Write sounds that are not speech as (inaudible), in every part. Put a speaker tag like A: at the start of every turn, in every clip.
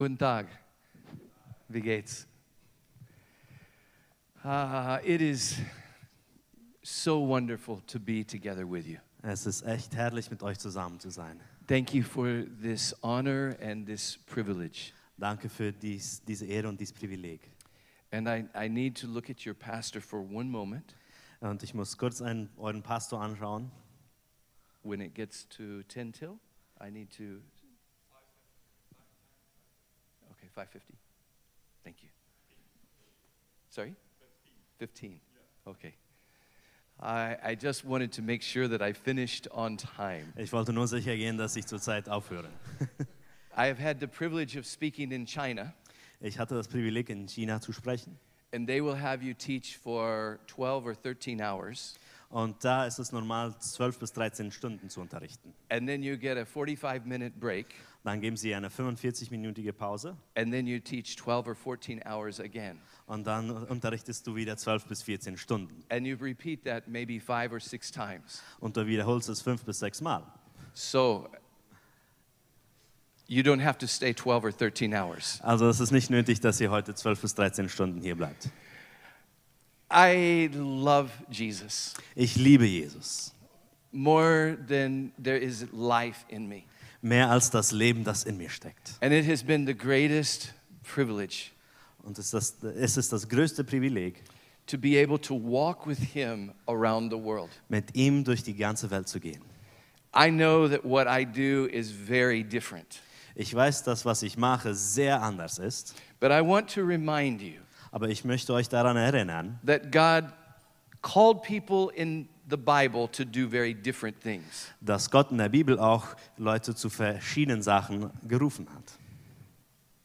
A: Guten Tag. Wie geht's? Ah, it is so wonderful to be together with you.
B: Es ist echt herrlich, mit euch zusammen zu sein.
A: Thank you for this honor and this privilege.
B: Danke für dies, diese Ehre und dieses Privileg.
A: And I, I need to look at your pastor for one moment
B: Und ich muss kurz einen, euren Pastor anschauen.
A: when it gets to 10 till. I need to. Okay, 550. Thank you. Sorry? 15. Okay. I, I just wanted to make sure that I finished on time.
B: Ich wollte nur sicher gehen, dass ich zurzeit aufhöre.
A: I have had the privilege of speaking in China,
B: Ich hatte das Privileg, in China zu sprechen.
A: and they will have you teach for 12 or 13 hours,
B: Und da ist es normal, 12 bis 13 Stunden zu unterrichten.
A: and then you get a 45 minute break,
B: Dann geben sie eine 45-minütige Pause
A: and then you teach 12 or 14 hours again.
B: und dann unterrichtest du wieder 12 bis 14 Stunden.
A: And you repeat that maybe five or six times.
B: Und du wiederholst es fünf bis sechs Mal.
A: So you don't have to stay 12 or 13 hours.
B: Also es ist nicht nötig, dass ihr heute 12 bis 13 Stunden hier bleibt.
A: I love Jesus
B: Ich liebe Jesus.
A: more than there is life in me.
B: Mehr als das Leben, das in mir steckt.
A: And it has been the greatest privilege
B: Und es ist das, es ist das größte Privileg,
A: to be able to walk with Him around the world.
B: mit ihm durch die ganze Welt zu gehen.
A: I know that what I do is very different,
B: Ich weiß, dass was ich mache sehr anders ist,
A: but I want to remind you
B: aber ich möchte euch daran erinnern,
A: that God called people in the Bible to do very different things.
B: dass Gott in der Bibel auch Leute zu verschiedenen Sachen gerufen hat.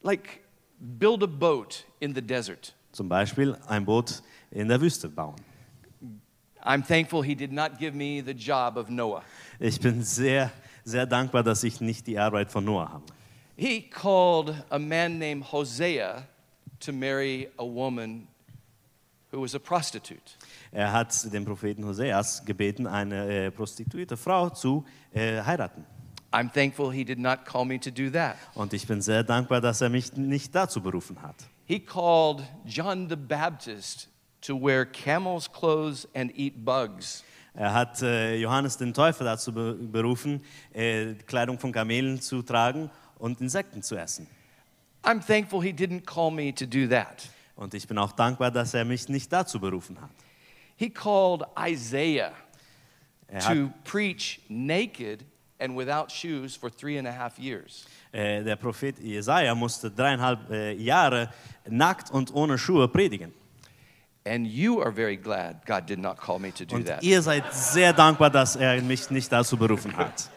A: Like build a boat in the desert.
B: Zum Beispiel ein Boot in der Wüste bauen.
A: I'm thankful he did not give me the job of Noah.
B: Ich bin sehr, sehr dankbar, dass ich nicht die Arbeit von Noah habe.
A: He called a man named Hosea to marry a woman who was a prostitute.
B: Er hat den Propheten Hoseas gebeten, eine äh, prostituierte Frau zu äh, heiraten.
A: I'm thankful he did not call me to do that.
B: Und ich bin sehr dankbar, dass er mich nicht dazu berufen hat.
A: He called John the Baptist to wear camel's clothes and eat bugs.
B: Er hat äh, Johannes den Täufer dazu be berufen, äh, Kleidung von Kamelen zu tragen und Insekten zu essen.
A: I'm thankful he didn't call me to do that.
B: Und ich bin auch dankbar, dass er mich nicht dazu berufen hat.
A: He called Isaiah
B: Er, hat
A: to preach naked and without shoes for three and a half years.
B: äh, der Prophet Jesaja musste dreieinhalb äh, Jahre nackt und ohne Schuhe predigen.
A: And you are very glad God did not call me to do
B: Und
A: that.
B: ihr seid sehr dankbar, dass er mich nicht dazu berufen hat.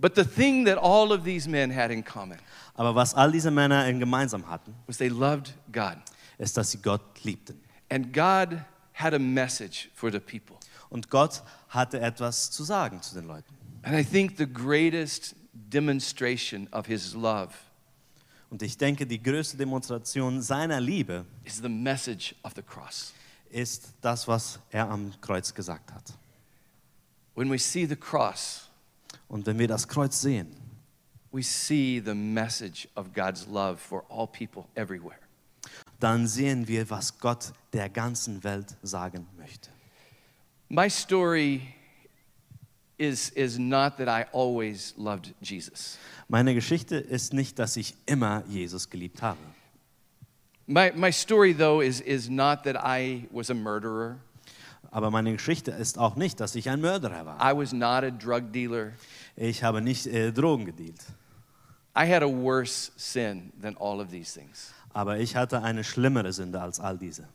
A: But the thing that all of these men had in common
B: Aber was all diese Männer in gemeinsam hatten,
A: was they loved God.
B: ist, dass sie Gott liebten.
A: And God had a message for the people.
B: Und Gott hatte etwas zu sagen zu den Leuten.
A: And I think the greatest demonstration of his love
B: Und ich denke, die größte Demonstration seiner Liebe
A: is the message of the cross.
B: ist das, was er am Kreuz gesagt hat.
A: When we see the cross,
B: Und wenn wir das Kreuz sehen,
A: we see the message of God's love for all people everywhere.
B: dann sehen wir, was Gott der ganzen Welt sagen möchte.
A: My story is, is not that I always loved Jesus.
B: Meine Geschichte ist nicht, dass ich immer Jesus geliebt habe.
A: My, my story, though, is, is not that I was a murderer.
B: Aber meine Geschichte ist auch nicht, dass ich ein Mörderer war.
A: I was not a drug dealer.
B: Ich habe nicht äh, Drogen gedealt.
A: I had a worse sin than all of these things.
B: Aber ich hatte eine schlimmere Sünde als all diese.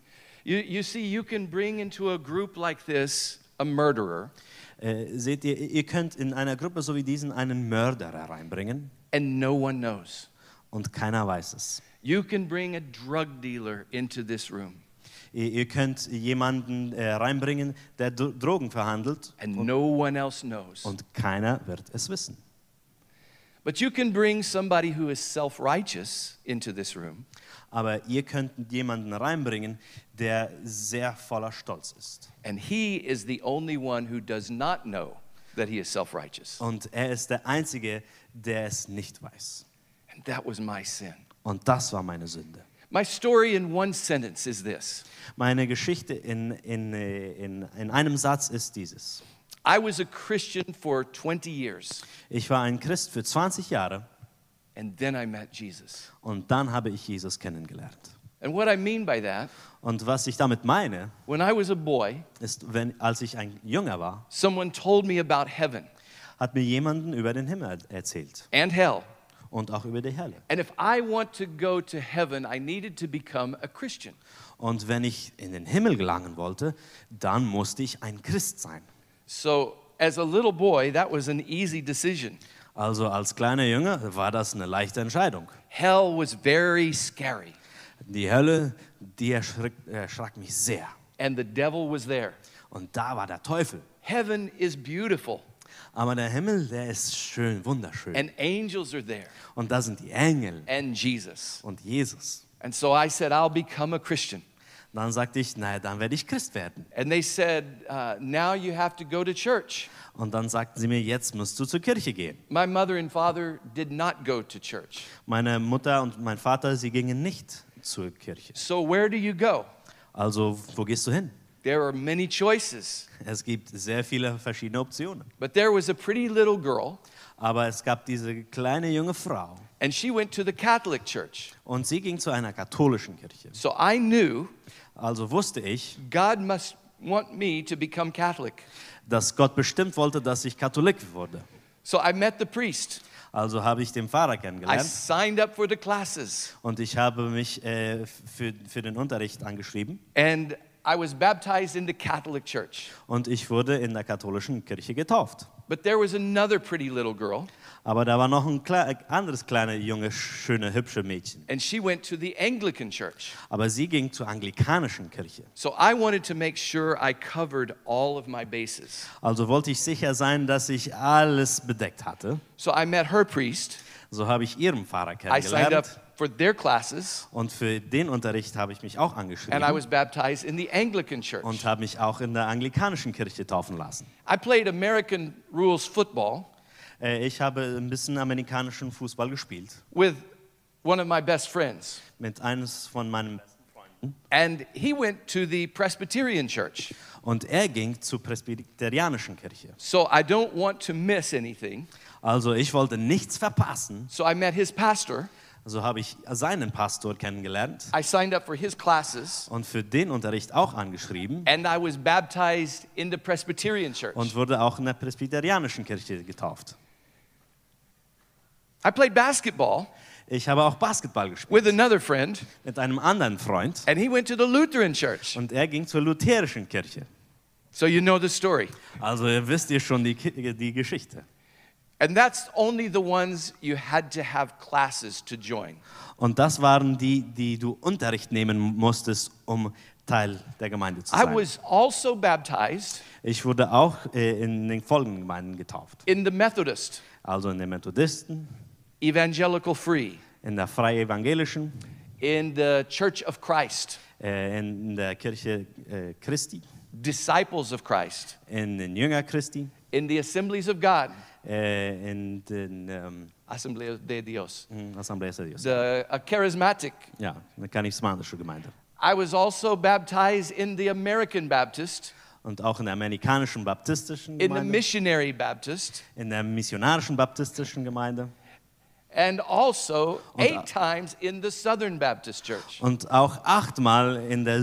A: You, you see, you can bring into a group like this a murderer
B: Äh, seht ihr, ihr könnt in einer Gruppe so wie diesen einen Mörderer reinbringen
A: and no one knows.
B: und keiner weiß es.
A: You can bring a drug dealer into this room
B: Ihr, ihr könnt jemanden äh, reinbringen, der Dro Drogen verhandelt
A: and no one else knows.
B: und keiner wird es wissen.
A: But you can bring somebody who is self righteous into this room
B: Aber ihr könnt jemanden reinbringen, der sehr voller Stolz ist.
A: and he
B: Oh.
A: is the only one who does not know that he is self righteous.
B: Und er ist der Einzige, der es nicht weiß.
A: And that was my sin.
B: Und das war meine Sünde.
A: My story in one sentence is this
B: Meine Geschichte in, in, äh, in, in einem Satz ist dieses.
A: I was a Christian for 20 years,
B: Ich war ein Christ für 20 Jahre
A: and then I met Jesus.
B: und dann habe ich Jesus kennengelernt.
A: And what I mean by that,
B: Und was ich damit meine,
A: when I was a boy,
B: ist, wenn, als ich ein Jünger war,
A: someone told me about heaven
B: hat mir jemanden über den Himmel erzählt
A: and hell.
B: und auch über die Hölle.
A: And if I want to go to heaven, I needed to become a Christian.
B: Und wenn ich in den Himmel gelangen wollte, dann musste ich ein Christ sein.
A: So, as a little boy, that was an easy decision.
B: Also als kleiner Jünger war das eine leichte Entscheidung.
A: Hell was very scary,
B: Die Hölle, die erschrak, erschrak mich sehr.
A: and the devil was there.
B: Und da war der Teufel.
A: Heaven is beautiful,
B: Aber der Himmel, der ist schön, wunderschön.
A: and angels are there,
B: Und da sind die Engel
A: and Jesus.
B: und Jesus.
A: And so I said, I'll become a Christian.
B: Dann sagte ich, naja, dann werde ich Christ werden.
A: And they said, uh, Now you have to go to church.
B: Und dann sagten sie mir, jetzt musst du zur Kirche gehen.
A: My mother and father did not go to church.
B: Meine Mutter und mein Vater, sie gingen nicht zur Kirche.
A: So, where do you go?
B: Also, wo gehst du hin?
A: There are many choices,
B: Es gibt sehr viele verschiedene Optionen.
A: but there was a pretty little girl,
B: Aber es gab diese kleine junge Frau
A: and she went to the Catholic church.
B: und sie ging zu einer katholischen Kirche.
A: So I knew
B: Also wusste ich,
A: God must want me to become Catholic.
B: dass Gott bestimmt wollte, dass ich Katholik wurde.
A: So I met the priest.
B: Also habe ich den Pfarrer
A: I
B: kennengelernt
A: signed up for the classes,
B: und ich habe mich äh, für, für den Unterricht angeschrieben
A: and I was baptized in the Catholic church.
B: und ich wurde in der katholischen Kirche getauft.
A: But there was another pretty little girl,
B: Aber da war noch ein kle anderes kleine, junge, schöne, hübsche Mädchen.
A: and she went to the Anglican church.
B: Aber sie ging zur anglikanischen Kirche.
A: So I wanted to make sure I covered all of my bases.
B: Also wollte ich sicher sein, dass ich alles bedeckt hatte.
A: So I met her priest.
B: So habe ich ihren Pfarrer
A: I signed up
B: kennengelernt.
A: for their classes,
B: Und für den Unterricht habe ich mich auch
A: and I
B: angeschrieben
A: was baptized in the Anglican church.
B: und habe mich auch in der anglikanischen Kirche taufen lassen.
A: I played American rules football
B: Äh, Ich habe ein bisschen amerikanischen Fußball gespielt
A: with one of my best friends,
B: mit eines von meinen besten Freunden.
A: and he went to the Presbyterian church.
B: Und er ging zur presbyterianischen Kirche.
A: So I don't want to miss anything.
B: Also ich wollte nichts verpassen.
A: So I met his pastor.
B: So habe ich seinen Pastor kennengelernt
A: I signed up for his classes,
B: und für den Unterricht auch angeschrieben
A: and I was baptized in the Presbyterian church.
B: und wurde auch in der presbyterianischen Kirche getauft.
A: I played basketball
B: Ich habe auch Basketball gespielt
A: with another friend,
B: mit einem anderen Freund
A: and he went to the Lutheran church.
B: und er ging zur lutherischen Kirche.
A: So you know the story.
B: Also ihr wisst ihr schon die, Ki- die Geschichte.
A: And that's only the ones you had to have classes to join.
B: Und das waren die, die du Unterricht nehmen musstest, um Teil der Gemeinde zu
A: I
B: sein.
A: was also baptized
B: Ich wurde auch äh, in den folgenden Gemeinden getauft.
A: in the Methodist,
B: Also in der Methodisten,
A: Evangelical Free,
B: in der Freie Evangelischen,
A: in the Church of Christ,
B: äh, in der Kirche äh, Christi,
A: Disciples of Christ,
B: in den Jünger Christi,
A: in the Assemblies of God,
B: äh, in den ähm,
A: Asamblea de Dios,
B: Assemblée de Dios.
A: the a charismatic.
B: Ja, eine charismatische Gemeinde.
A: I was also baptized in the American Baptist,
B: Und auch in der amerikanischen baptistischen
A: in the
B: Gemeinde,
A: missionary Baptist,
B: in der missionarischen baptistischen Gemeinde
A: and also
B: Und-
A: eight times in the Southern Baptist Church.
B: und auch achtmal in der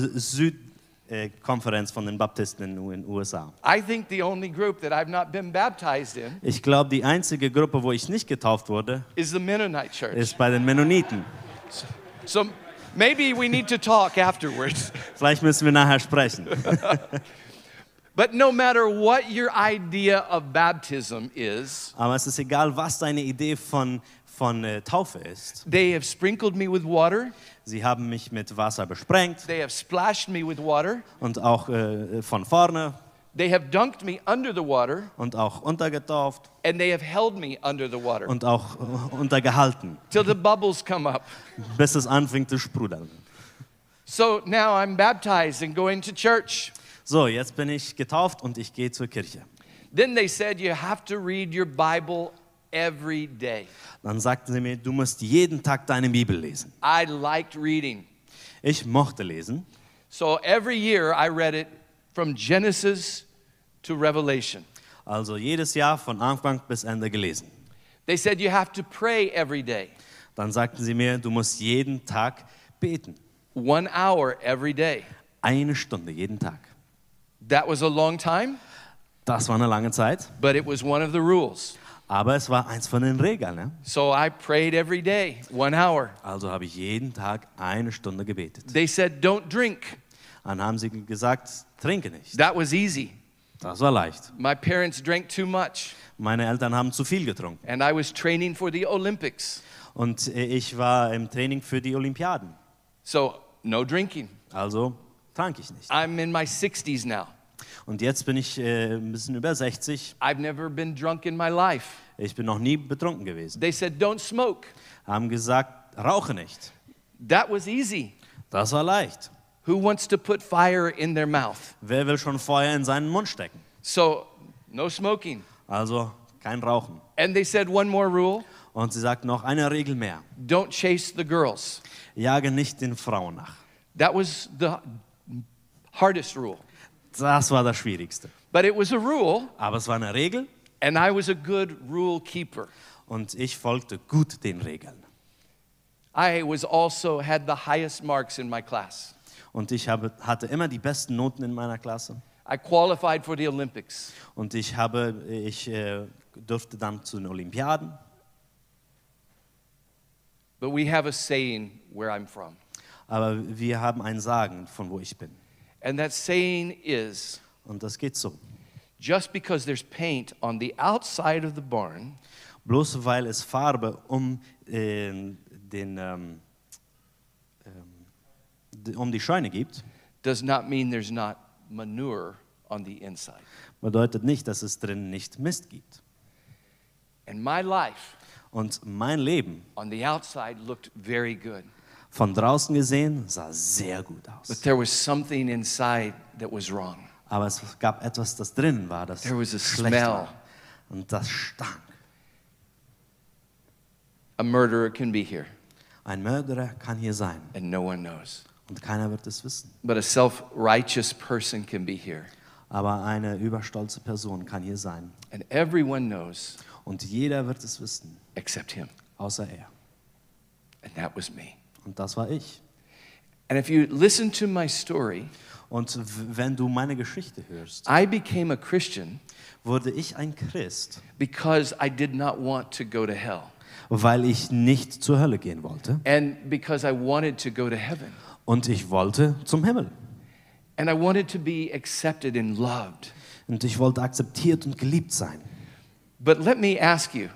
B: Südkonferenz von den Baptisten in den USA.
A: I think the only group that I've not been baptized in
B: Ich glaube, die einzige Gruppe, wo ich nicht getauft wurde,
A: is the Mennonite church.
B: ist bei den Mennoniten.
A: So maybe we need to talk afterwards. (laughs)
B: Vielleicht müssen wir nachher sprechen.
A: But no matter what your idea of baptism is,
B: Aber es ist egal, was deine Idee von, von äh, Taufe ist.
A: they have sprinkled me with water,
B: Sie haben mich mit Wasser besprengt
A: they have splashed me with water,
B: und auch äh, von vorne
A: they have dunked me under the water,
B: und auch untergetauft
A: and they have held me under the water
B: und auch äh, untergehalten,
A: till the bubbles come up.
B: bis es anfängt zu sprudeln.
A: So now I'm baptized and going to church.
B: So, jetzt bin ich getauft und ich gehe zur Kirche.
A: Then they said you have to read your Bible every day.
B: Dann sagten sie mir, du musst jeden Tag deine Bibel lesen.
A: I liked reading.
B: Ich mochte lesen.
A: So every year I read it from Genesis to Revelation.
B: Also jedes Jahr von Anfang bis Ende gelesen.
A: They said you have to pray every day,
B: Dann sagten sie mir, du musst jeden Tag beten.
A: one hour every day.
B: Eine Stunde jeden Tag.
A: That was a long time,
B: Das war eine lange Zeit,
A: but it was one of the rules.
B: aber es war eins von den Regeln. Ne?
A: So I prayed every day, one hour.
B: Also habe ich jeden Tag eine Stunde gebetet.
A: They said don't drink.
B: Dann haben sie gesagt, trinke nicht.
A: That was easy.
B: Das war leicht.
A: My parents drank too much,
B: Meine Eltern haben zu viel getrunken.
A: and I was training for the Olympics.
B: Und äh, ich war im Training für die Olympiaden.
A: So no drinking.
B: Also trank ich nicht.
A: I'm in my 60s now.
B: Und jetzt bin ich äh, ein bisschen über 60.
A: I've never been drunk in my life.
B: Ich bin noch nie betrunken gewesen.
A: They said don't smoke.
B: Haben gesagt, rauche nicht.
A: That was easy.
B: Das war leicht.
A: Who wants to put fire in their mouth?
B: Wer will schon Feuer in seinen Mund stecken?
A: So, no smoking.
B: Also kein Rauchen.
A: And they said one more rule
B: Und sie sagt noch eine Regel mehr.
A: don't chase the girls.
B: Jage nicht den Frauen nach.
A: That was the hardest rule.
B: Das war das Schwierigste.
A: But it was a rule,
B: Aber es war eine Regel
A: and I was a good rule keeper.
B: und ich folgte gut den Regeln.
A: I was also had the highest marks in my class.
B: Und ich habe, hatte immer die besten Noten in meiner Klasse.
A: I qualified for the Olympics.
B: Und ich, habe, ich äh, durfte dann zu den Olympiaden.
A: But we have a saying where I'm from.
B: Aber wir haben ein Sagen, von wo ich bin.
A: And that saying is
B: Und das geht so.
A: just because there's paint on the outside of the barn
B: Bloß weil es Farbe um äh, den ähm, ähm, d- um die Scheune gibt,
A: does not mean there's not manure on the inside.
B: bedeutet nicht, dass es drin nicht Mist gibt.
A: And my life
B: Und mein Leben
A: on the outside looked very good,
B: von draußen gesehen sah sehr gut
A: but
B: aus.
A: there was something inside that was wrong.
B: Aber es gab etwas, das drinnen war, das
A: There was a
B: schlecht
A: smell.
B: war. Und das stank.
A: A murderer can be here
B: Ein Mörderer kann hier sein
A: and no one knows,
B: und keiner wird es wissen.
A: but a self righteous person can be here
B: Aber eine überstolze Person kann hier sein
A: and everyone knows
B: und jeder wird es wissen,
A: except him.
B: außer er.
A: And that was me.
B: Und das war ich.
A: And if you listen to my story,
B: Und w- wenn du meine Geschichte hörst,
A: I became a Christian
B: wurde ich ein Christ,
A: because I did not want to go to hell
B: weil ich nicht zur Hölle gehen wollte
A: and because I wanted to go to heaven
B: und ich wollte zum Himmel.
A: and I wanted to be accepted and loved.
B: Und ich wollte akzeptiert und geliebt sein.
A: But let me ask you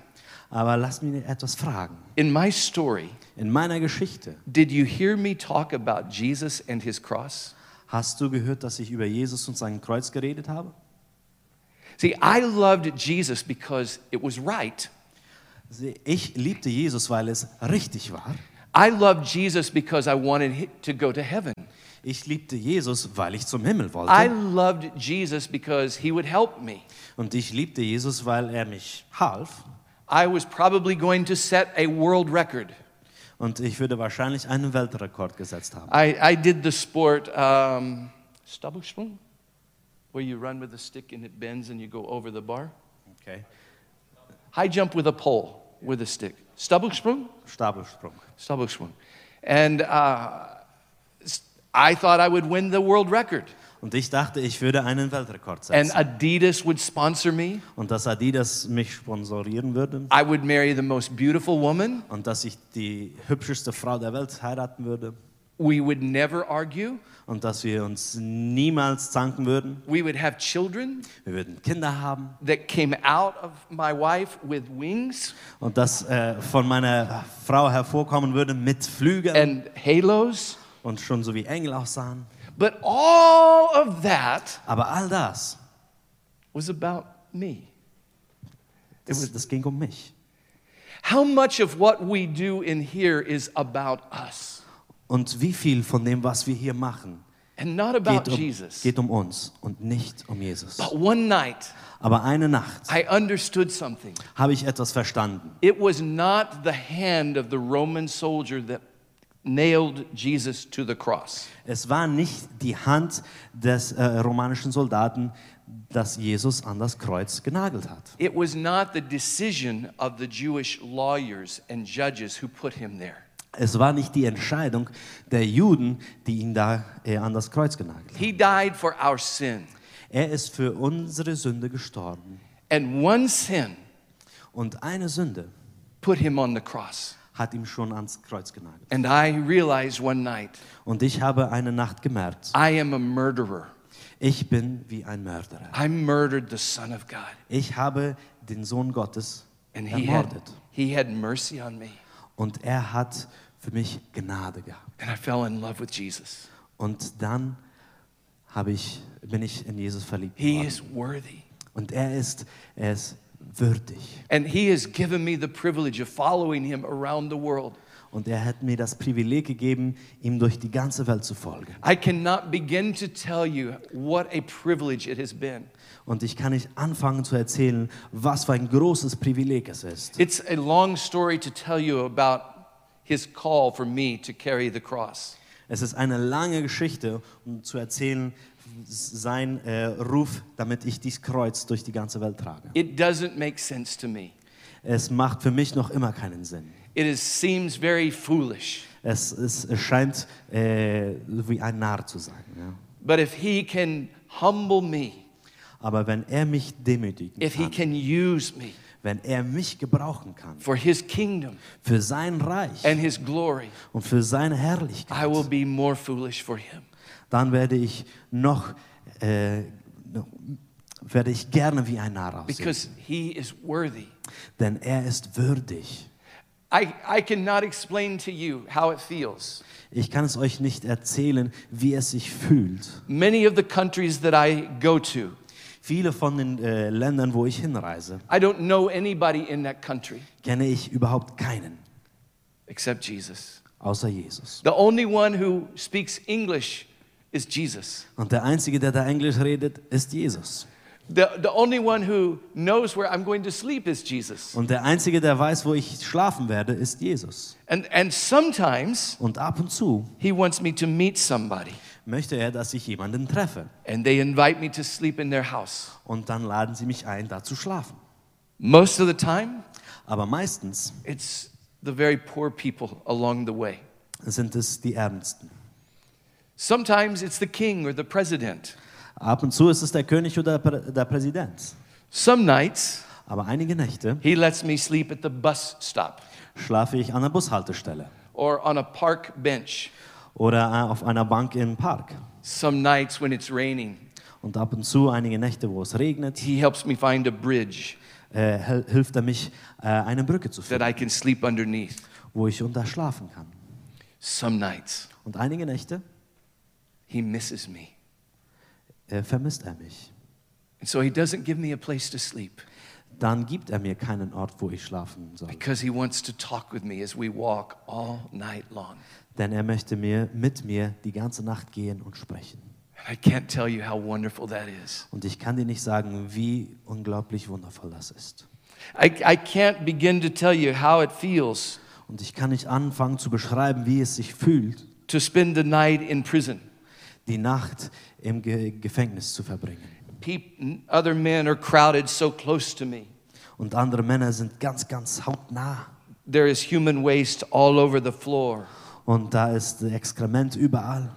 B: Aber lass mich etwas fragen.
A: in my story,
B: In meiner Geschichte
A: did you hear me talk about Jesus and his cross?
B: hast du gehört, dass ich über Jesus und sein Kreuz geredet habe?
A: See, I loved Jesus because it was right.
B: Sie- Ich liebte Jesus, weil es richtig war.
A: I loved Jesus because I wanted hi- to go to heaven.
B: Ich liebte Jesus, weil ich zum Himmel
A: I
B: wollte.
A: loved Jesus because he would help me.
B: Und ich liebte Jesus, weil er mich half.
A: I was probably going to set a world record.
B: Und ich würde wahrscheinlich einen Weltrekord gesetzt haben.
A: I, I did the sport um, Stabbuchsprung, where you run with a stick and it bends and you go over the bar.
B: Okay.
A: High jump with a pole with a stick. Stabbuchsprung?
B: Stabelsprung.
A: Stabbuchsprung. And uh, s- I thought I would win the world record.
B: Und ich dachte, ich würde einen Weltrekord
A: And
B: setzen.
A: Adidas would sponsor me.
B: Und dass Adidas mich sponsorieren würde.
A: I would marry the most beautiful woman.
B: Und dass ich die hübscheste Frau der Welt heiraten würde.
A: We would never argue.
B: Und dass wir uns niemals zanken würden.
A: We would have children
B: Wir würden Kinder haben.
A: that came out of my wife with wings
B: Und dass äh, von meiner Frau hervorkommen würde mit Flügeln.
A: and halos.
B: und schon so wie Engel aussahen.
A: But all of that
B: Aber all das,
A: was about me.
B: das, das ging um mich.
A: How much of what we do in here is about us?
B: Und wie viel von dem, was wir hier machen,
A: and not about
B: Geht um,
A: Jesus.
B: geht um uns und nicht um Jesus.
A: But one night,
B: Aber eine Nacht
A: I understood something.
B: habe ich etwas verstanden.
A: It was not the hand of the Roman soldier that nailed Jesus to the cross.
B: Es war nicht die Hand des äh, romanischen Soldaten, das Jesus an das Kreuz genagelt hat.
A: It was not the decision of the Jewish lawyers and judges who put him there.
B: Es war nicht die Entscheidung der Juden, die ihn da äh, an das Kreuz genagelt haben.
A: He died for our sin.
B: Er ist für unsere Sünde gestorben.
A: And one sin
B: Und eine Sünde
A: put him on the cross.
B: hat ihm schon ans Kreuz genagelt.
A: And I realized one night,
B: Und ich habe eine Nacht gemerkt,
A: I am a murderer.
B: ich bin wie ein Mörderer.
A: I murdered the Son of God.
B: Ich habe den Sohn Gottes
A: And he had,
B: ermordet.
A: he had mercy on me.
B: Und er hat für mich Gnade gehabt.
A: And I fell in love with Jesus.
B: Und dann habe ich, bin ich in Jesus verliebt
A: He
B: worden.
A: is worthy.
B: Und er ist, er ist würdig.
A: And he has given me the privilege of following him around the world.
B: Und er hat mir das Privileg gegeben, ihm durch die ganze Welt zu folgen.
A: I cannot begin to tell you what a privilege it has been.
B: Und ich kann nicht anfangen zu erzählen, was für ein großes Privileg es ist.
A: It's a long story to tell you about his call for me to carry the cross.
B: Es ist eine lange Geschichte, um zu erzählen, sein äh, Ruf, damit ich dieses Kreuz durch die ganze Welt trage.
A: It doesn't make sense to me.
B: Es macht für mich noch immer keinen Sinn.
A: It is, seems very foolish.
B: Es, es, es scheint äh, wie ein Narr zu sein. Ja?
A: But if he can humble me,
B: Aber wenn er mich demütigen
A: if he can
B: kann,
A: use me
B: wenn er mich gebrauchen kann,
A: for his kingdom
B: für sein Reich
A: and his glory,
B: und für seine
A: I will
B: Herrlichkeit,
A: be more foolish for him.
B: dann werde ich noch, äh, noch werde ich gerne wie ein Narr aussehen.
A: Because he is worthy.
B: Denn er ist würdig.
A: I, I cannot explain to you how it feels.
B: Ich kann es euch nicht erzählen, wie es sich fühlt.
A: Many of the countries that I go to,
B: Viele von den äh, Ländern, wo ich hinreise,
A: I don't know anybody in that country
B: kenne ich überhaupt keinen,
A: except Jesus.
B: außer Jesus.
A: The only one who speaks English is Jesus.
B: Und der Einzige, der da Englisch redet, ist Jesus.
A: The, the only one who knows where I'm going to sleep is Jesus.
B: Und der Einzige, der weiß, wo ich schlafen werde, ist Jesus.
A: And, and sometimes
B: Und ab und zu
A: he wants me to meet somebody
B: möchte er, dass ich jemanden treffe.
A: and they invite me to sleep in their house.
B: Und dann laden sie mich ein, da zu schlafen.
A: Most of the time,
B: Aber meistens
A: it's the very poor people along the way.
B: sind es die Ärmsten.
A: Sometimes it's the king or the president.
B: Ab und zu ist es der König oder der Prä- der Präsident.
A: Some nights,
B: Aber einige Nächte
A: he lets me sleep at the bus stop
B: schlafe ich an der Bushaltestelle.
A: or on a park bench.
B: oder äh, auf einer Bank im Park.
A: Some nights when it's raining,
B: Und ab und zu, einige Nächte, wo es regnet,
A: he helps me find a bridge
B: äh, hel- hilft er mich, äh, eine Brücke zu
A: that
B: finden,
A: I can sleep underneath.
B: wo ich unter schlafen kann.
A: Some nights,
B: Und einige Nächte
A: he misses me.
B: äh, vermisst er mich.
A: And so he doesn't give me a place to sleep
B: Dann gibt er mir keinen Ort, wo ich schlafen soll.
A: because he wants to talk with me as we walk all night long.
B: Denn er möchte mir mit mir die ganze Nacht gehen und sprechen.
A: And I can't tell you how wonderful that is.
B: Und ich kann dir nicht sagen, wie unglaublich wundervoll das ist.
A: I, I can't begin to tell you how it feels
B: Und ich kann nicht anfangen zu beschreiben, wie es sich fühlt,
A: to spend the night in prison.
B: die Nacht im Ge Gefängnis zu verbringen.
A: Peop- other men are crowded so close to me.
B: Und andere Männer sind ganz, ganz hautnah.
A: There is human waste all over the floor,
B: Und da ist Exkrement überall.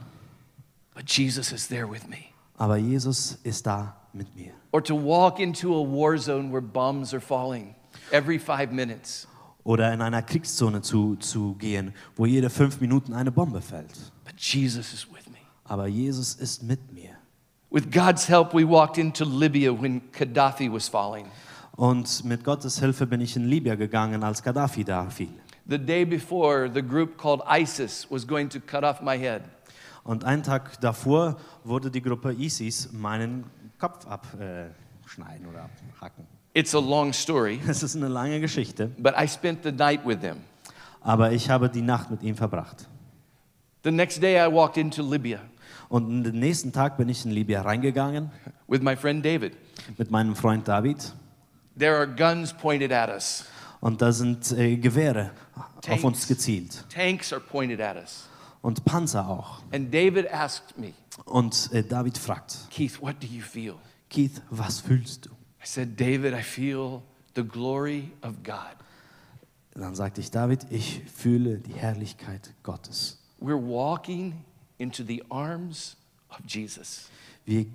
A: but Jesus is there with me.
B: Aber Jesus ist da mit mir.
A: Or to walk into a war zone where bombs are falling every five minutes,
B: Oder in einer Kriegszone zu, zu gehen, wo jede fünf Minuten eine Bombe fällt.
A: but Jesus is with me.
B: Aber Jesus ist mit mir.
A: With God's help, we walked into Libya when Gaddafi was falling.
B: Und mit Gottes Hilfe bin ich in Libyen gegangen, als Gaddafi da fiel.
A: The day before, the group called ISIS was going to cut off my head.
B: Und einen Tag davor wurde die Gruppe ISIS meinen Kopf abschneiden oder abhacken.
A: It's a long story,
B: Es ist eine lange Geschichte,
A: but I spent the night with them.
B: aber ich habe die Nacht mit ihm verbracht.
A: The next day, I walked into Libya.
B: Und den nächsten Tag bin ich in Libyen reingegangen
A: with my friend David.
B: mit meinem Freund David.
A: There are guns pointed at us,
B: Und da sind äh, Gewehre auf uns
A: Tanks.
B: gezielt
A: tanks are pointed at us.
B: und Panzer auch.
A: And David asked me,
B: Und äh, David fragt,
A: Keith, what do you feel?
B: Keith, was fühlst du?
A: I said, David, I feel the glory of God.
B: Und Dann sagte ich, David, ich fühle die Herrlichkeit Gottes.
A: We're walking into the arms of Jesus.
B: Wir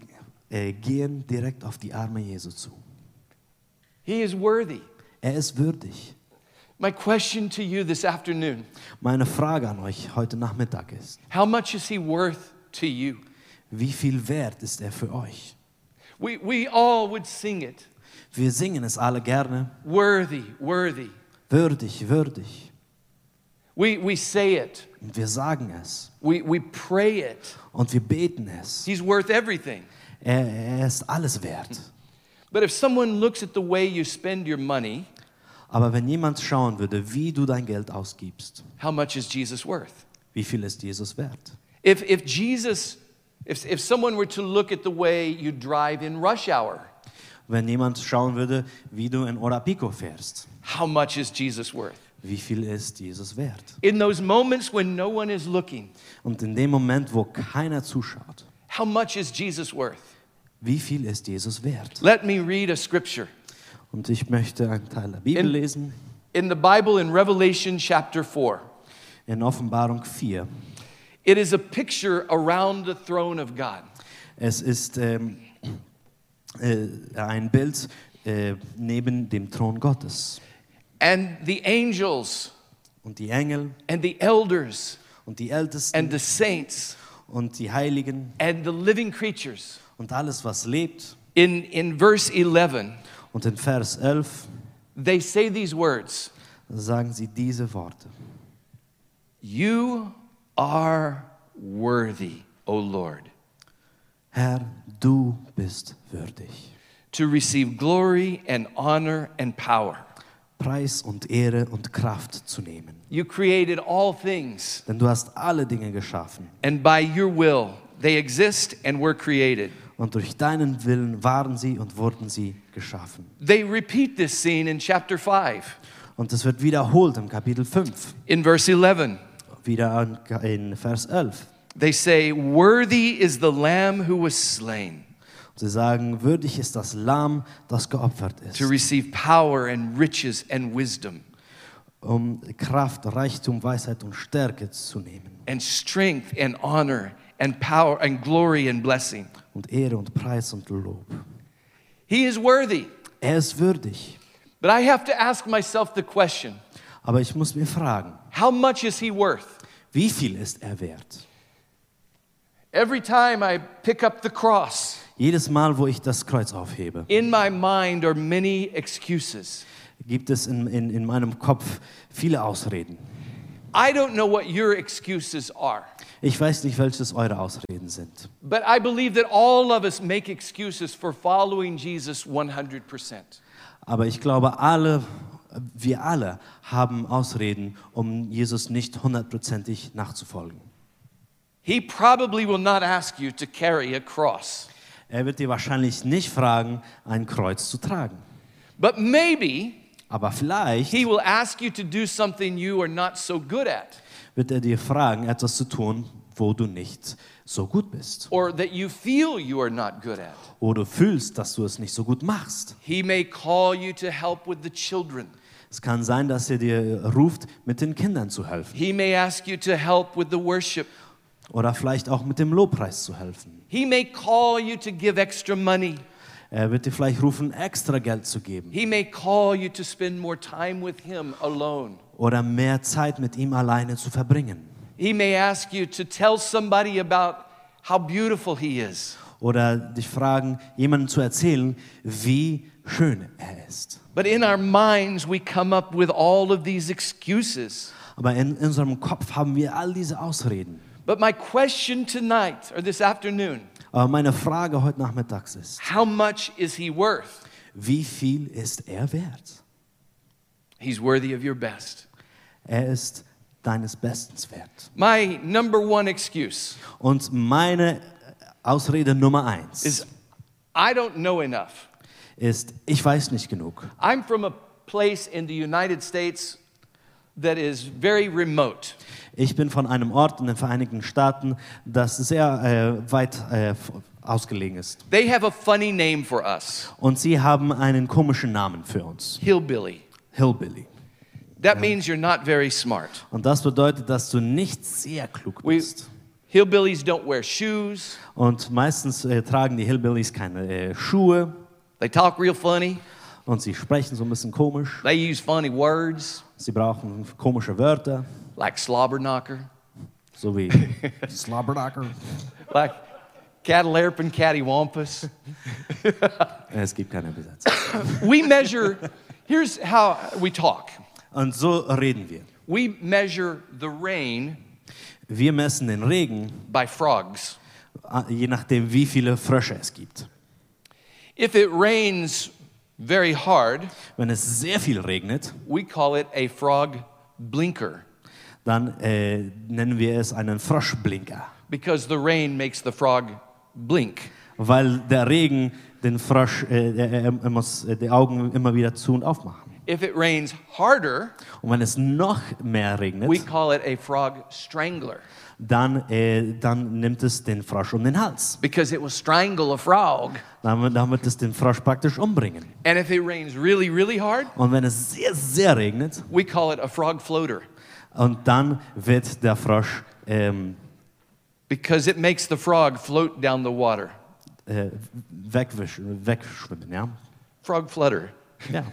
B: äh, gehen direkt auf die Arme Jesu zu.
A: He is worthy.
B: Er ist würdig.
A: My question to you this afternoon
B: Meine Frage an euch heute Nachmittag ist,
A: how much is he worth to you?
B: wie viel wert ist er für euch?
A: We, we all would sing it
B: Wir singen es alle gerne,
A: worthy, worthy.
B: würdig, würdig.
A: We, we say it,
B: Und wir sagen es
A: we, we pray it.
B: und wir beten es.
A: He's worth everything.
B: Er, er ist alles wert.
A: But if someone looks at the way you spend your money,
B: Aber wenn jemand schauen würde, wie du dein Geld ausgibst,
A: how much is Jesus worth?
B: wie viel ist Jesus wert?
A: If, if Jesus, if, if someone were to look at the way you drive in rush hour,
B: Wenn jemand schauen würde, wie du in Orapico fährst,
A: how much is Jesus worth?
B: wie viel ist Jesus wert?
A: In those moments when no one is looking,
B: Und in dem Moment, wo keiner zuschaut,
A: how much is Jesus worth?
B: wie viel ist Jesus wert?
A: Let me read a scripture.
B: Und ich möchte einen Teil der Bibel
A: In-
B: lesen,
A: In the Bible, in Revelation chapter 4,
B: in Offenbarung 4.
A: it is a picture around the throne of God.
B: Es ist ähm, äh, ein Bild äh, neben dem Thron Gottes.
A: And the angels,
B: Und die Engel
A: and the elders,
B: und die Ältesten
A: and the saints,
B: und die Heiligen
A: and the living creatures.
B: und alles, was lebt.
A: In, in verse 11,
B: Und in Vers 11
A: they say these words
B: sagen sie diese Worte.
A: You are worthy, O Lord,
B: Herr, du bist würdig.
A: to receive glory and honor and power.
B: Preis und Ehre und Kraft zu nehmen.
A: You created all things,
B: Denn du hast alle Dinge geschaffen
A: and by your will they exist and were created.
B: und durch deinen Willen waren sie und wurden sie geschaffen.
A: They repeat this scene in chapter 5,
B: Und es wird wiederholt im Kapitel 5,
A: in verse 11.
B: wieder an- in Vers 11.
A: They say, Worthy is the Lamb who was slain
B: Sie sagen, würdig ist das Lamm, das geopfert ist,
A: to receive power and riches and wisdom
B: um Kraft, Reichtum, Weisheit und Stärke zu nehmen
A: and strength and honor and power and glory and blessing.
B: und Ehre und Preis und Lob.
A: He is worthy.
B: Er ist würdig,
A: But I have to ask myself the question
B: aber ich muss mir fragen,
A: how much is he worth?
B: wie viel ist er wert?
A: Every time I pick up the cross,
B: Jedes Mal, wo ich das Kreuz aufhebe,
A: in my mind are many excuses.
B: gibt es in, in, in meinem Kopf viele Ausreden.
A: I don't know what your excuses are,
B: Ich weiß nicht, welches eure Ausreden sind,
A: but I believe that all of us make excuses for following Jesus 100%.
B: aber ich glaube, alle, wir alle haben Ausreden, um Jesus nicht hundertprozentig nachzufolgen.
A: He probably will not ask you to carry a cross,
B: Er wird dir wahrscheinlich nicht fragen, ein Kreuz zu tragen.
A: but maybe
B: Aber vielleicht
A: he will ask you to do something you are not so good at
B: wird er dir fragen, etwas zu tun, wo du nicht so gut bist.
A: or that you feel you are not good at.
B: Oder fühlst, dass du es nicht so gut machst.
A: He may call you to help with the children.
B: Es kann sein, dass er dir ruft, mit den Kindern zu helfen.
A: He may ask you to help with the worship.
B: Oder vielleicht auch mit dem Lobpreis zu helfen.
A: He may call you to give extra money.
B: Er wird dir vielleicht rufen, extra Geld zu geben.
A: He may call you to spend more time with Him alone.
B: Oder mehr Zeit mit ihm alleine zu verbringen.
A: He may ask you to tell somebody about how beautiful He is.
B: Oder dich fragen, jemandem zu erzählen, wie schön er ist.
A: But in our minds, we come up with all of these excuses.
B: Aber in unserem Kopf haben wir all diese Ausreden.
A: But my question tonight or this afternoon
B: Aber meine Frage heute Nachmittags ist,
A: how much is He worth?
B: wie viel ist er wert?
A: He's worthy of your best.
B: Er ist deines Bestens wert.
A: My number one excuse
B: Und meine Ausrede Nummer eins
A: is I don't know enough.
B: ist, ich weiß nicht genug.
A: I'm from a place in the United States that is very remote.
B: Ich bin von einem Ort in den Vereinigten Staaten, das sehr äh, weit äh, f- ausgelegen ist.
A: They have a funny name for us
B: Und sie haben einen komischen Namen für uns,
A: hillbilly.
B: Hillbilly.
A: That means you're not very smart.
B: Und das bedeutet, dass du nicht sehr klug
A: We,
B: bist.
A: hillbillies don't wear shoes,
B: Und meistens äh, tragen die Hillbillies keine äh, Schuhe
A: they talk real funny,
B: und sie sprechen so ein bisschen komisch.
A: they use funny words
B: Sie brauchen komische Wörter,
A: like slobberknocker,
B: so wie
C: Slobberdocker.
A: like cattlearp and cattywampus.
B: es gibt keine Besetzung.
A: We measure, here's how we talk
B: Und so reden wir.
A: we measure the rain
B: Wir messen den Regen,
A: by frogs.
B: äh, je nachdem, wie viele Frösche es gibt.
A: If it rains very hard,
B: Wenn es sehr viel regnet,
A: we call it a frog blinker
B: dann äh, nennen wir es einen Froschblinker,
A: because the rain makes the frog blink.
B: weil der Regen den Frosch, äh, er, er, er muss äh, die Augen immer wieder zu und aufmachen.
A: If it rains harder,
B: Und wenn es noch mehr regnet,
A: we call it a frog strangler
B: dann, äh, dann nimmt es den Frosch um den Hals.
A: because it will strangle a frog.
B: Damit, damit es den Frosch praktisch umbringen.
A: And if it rains really, really hard,
B: Und wenn es sehr, sehr regnet,
A: we call it a frog floater
B: und dann wird der Frosch, ähm,
A: because it makes the frog float down the water.
B: äh, wegwisch, wegschwimmen. Ja?
A: Frog flutter.
B: Ja.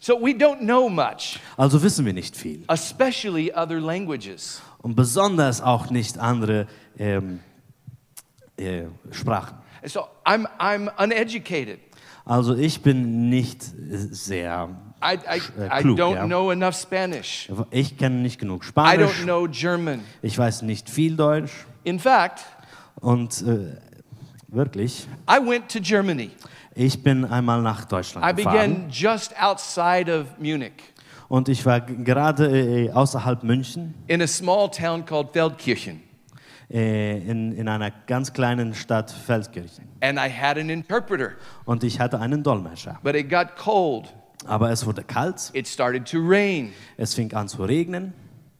A: So we don't know much,
B: Also wissen wir nicht viel.
A: especially other languages.
B: Und besonders auch nicht andere ähm, äh, Sprachen.
A: And so I'm, I'm uneducated.
B: Also ich bin nicht sehr,
A: I, I,
B: äh,
A: I
B: klug,
A: don't
B: ja.
A: know enough Spanish.
B: ich kenne nicht genug
A: I don't
B: Spanisch,
A: know German.
B: ich weiß nicht viel Deutsch
A: In fact,
B: und äh, wirklich,
A: I went to Germany.
B: ich bin einmal nach Deutschland
A: I
B: gefahren
A: began just outside of Munich
B: und ich war g- gerade äh, außerhalb München
A: in a small town called Feldkirchen.
B: äh, in, in einer ganz kleinen Stadt Feldkirchen
A: And I had an interpreter,
B: und ich hatte einen Dolmetscher.
A: but it got cold.
B: Aber es wurde kalt,
A: It started to rain.
B: es fing an zu regnen,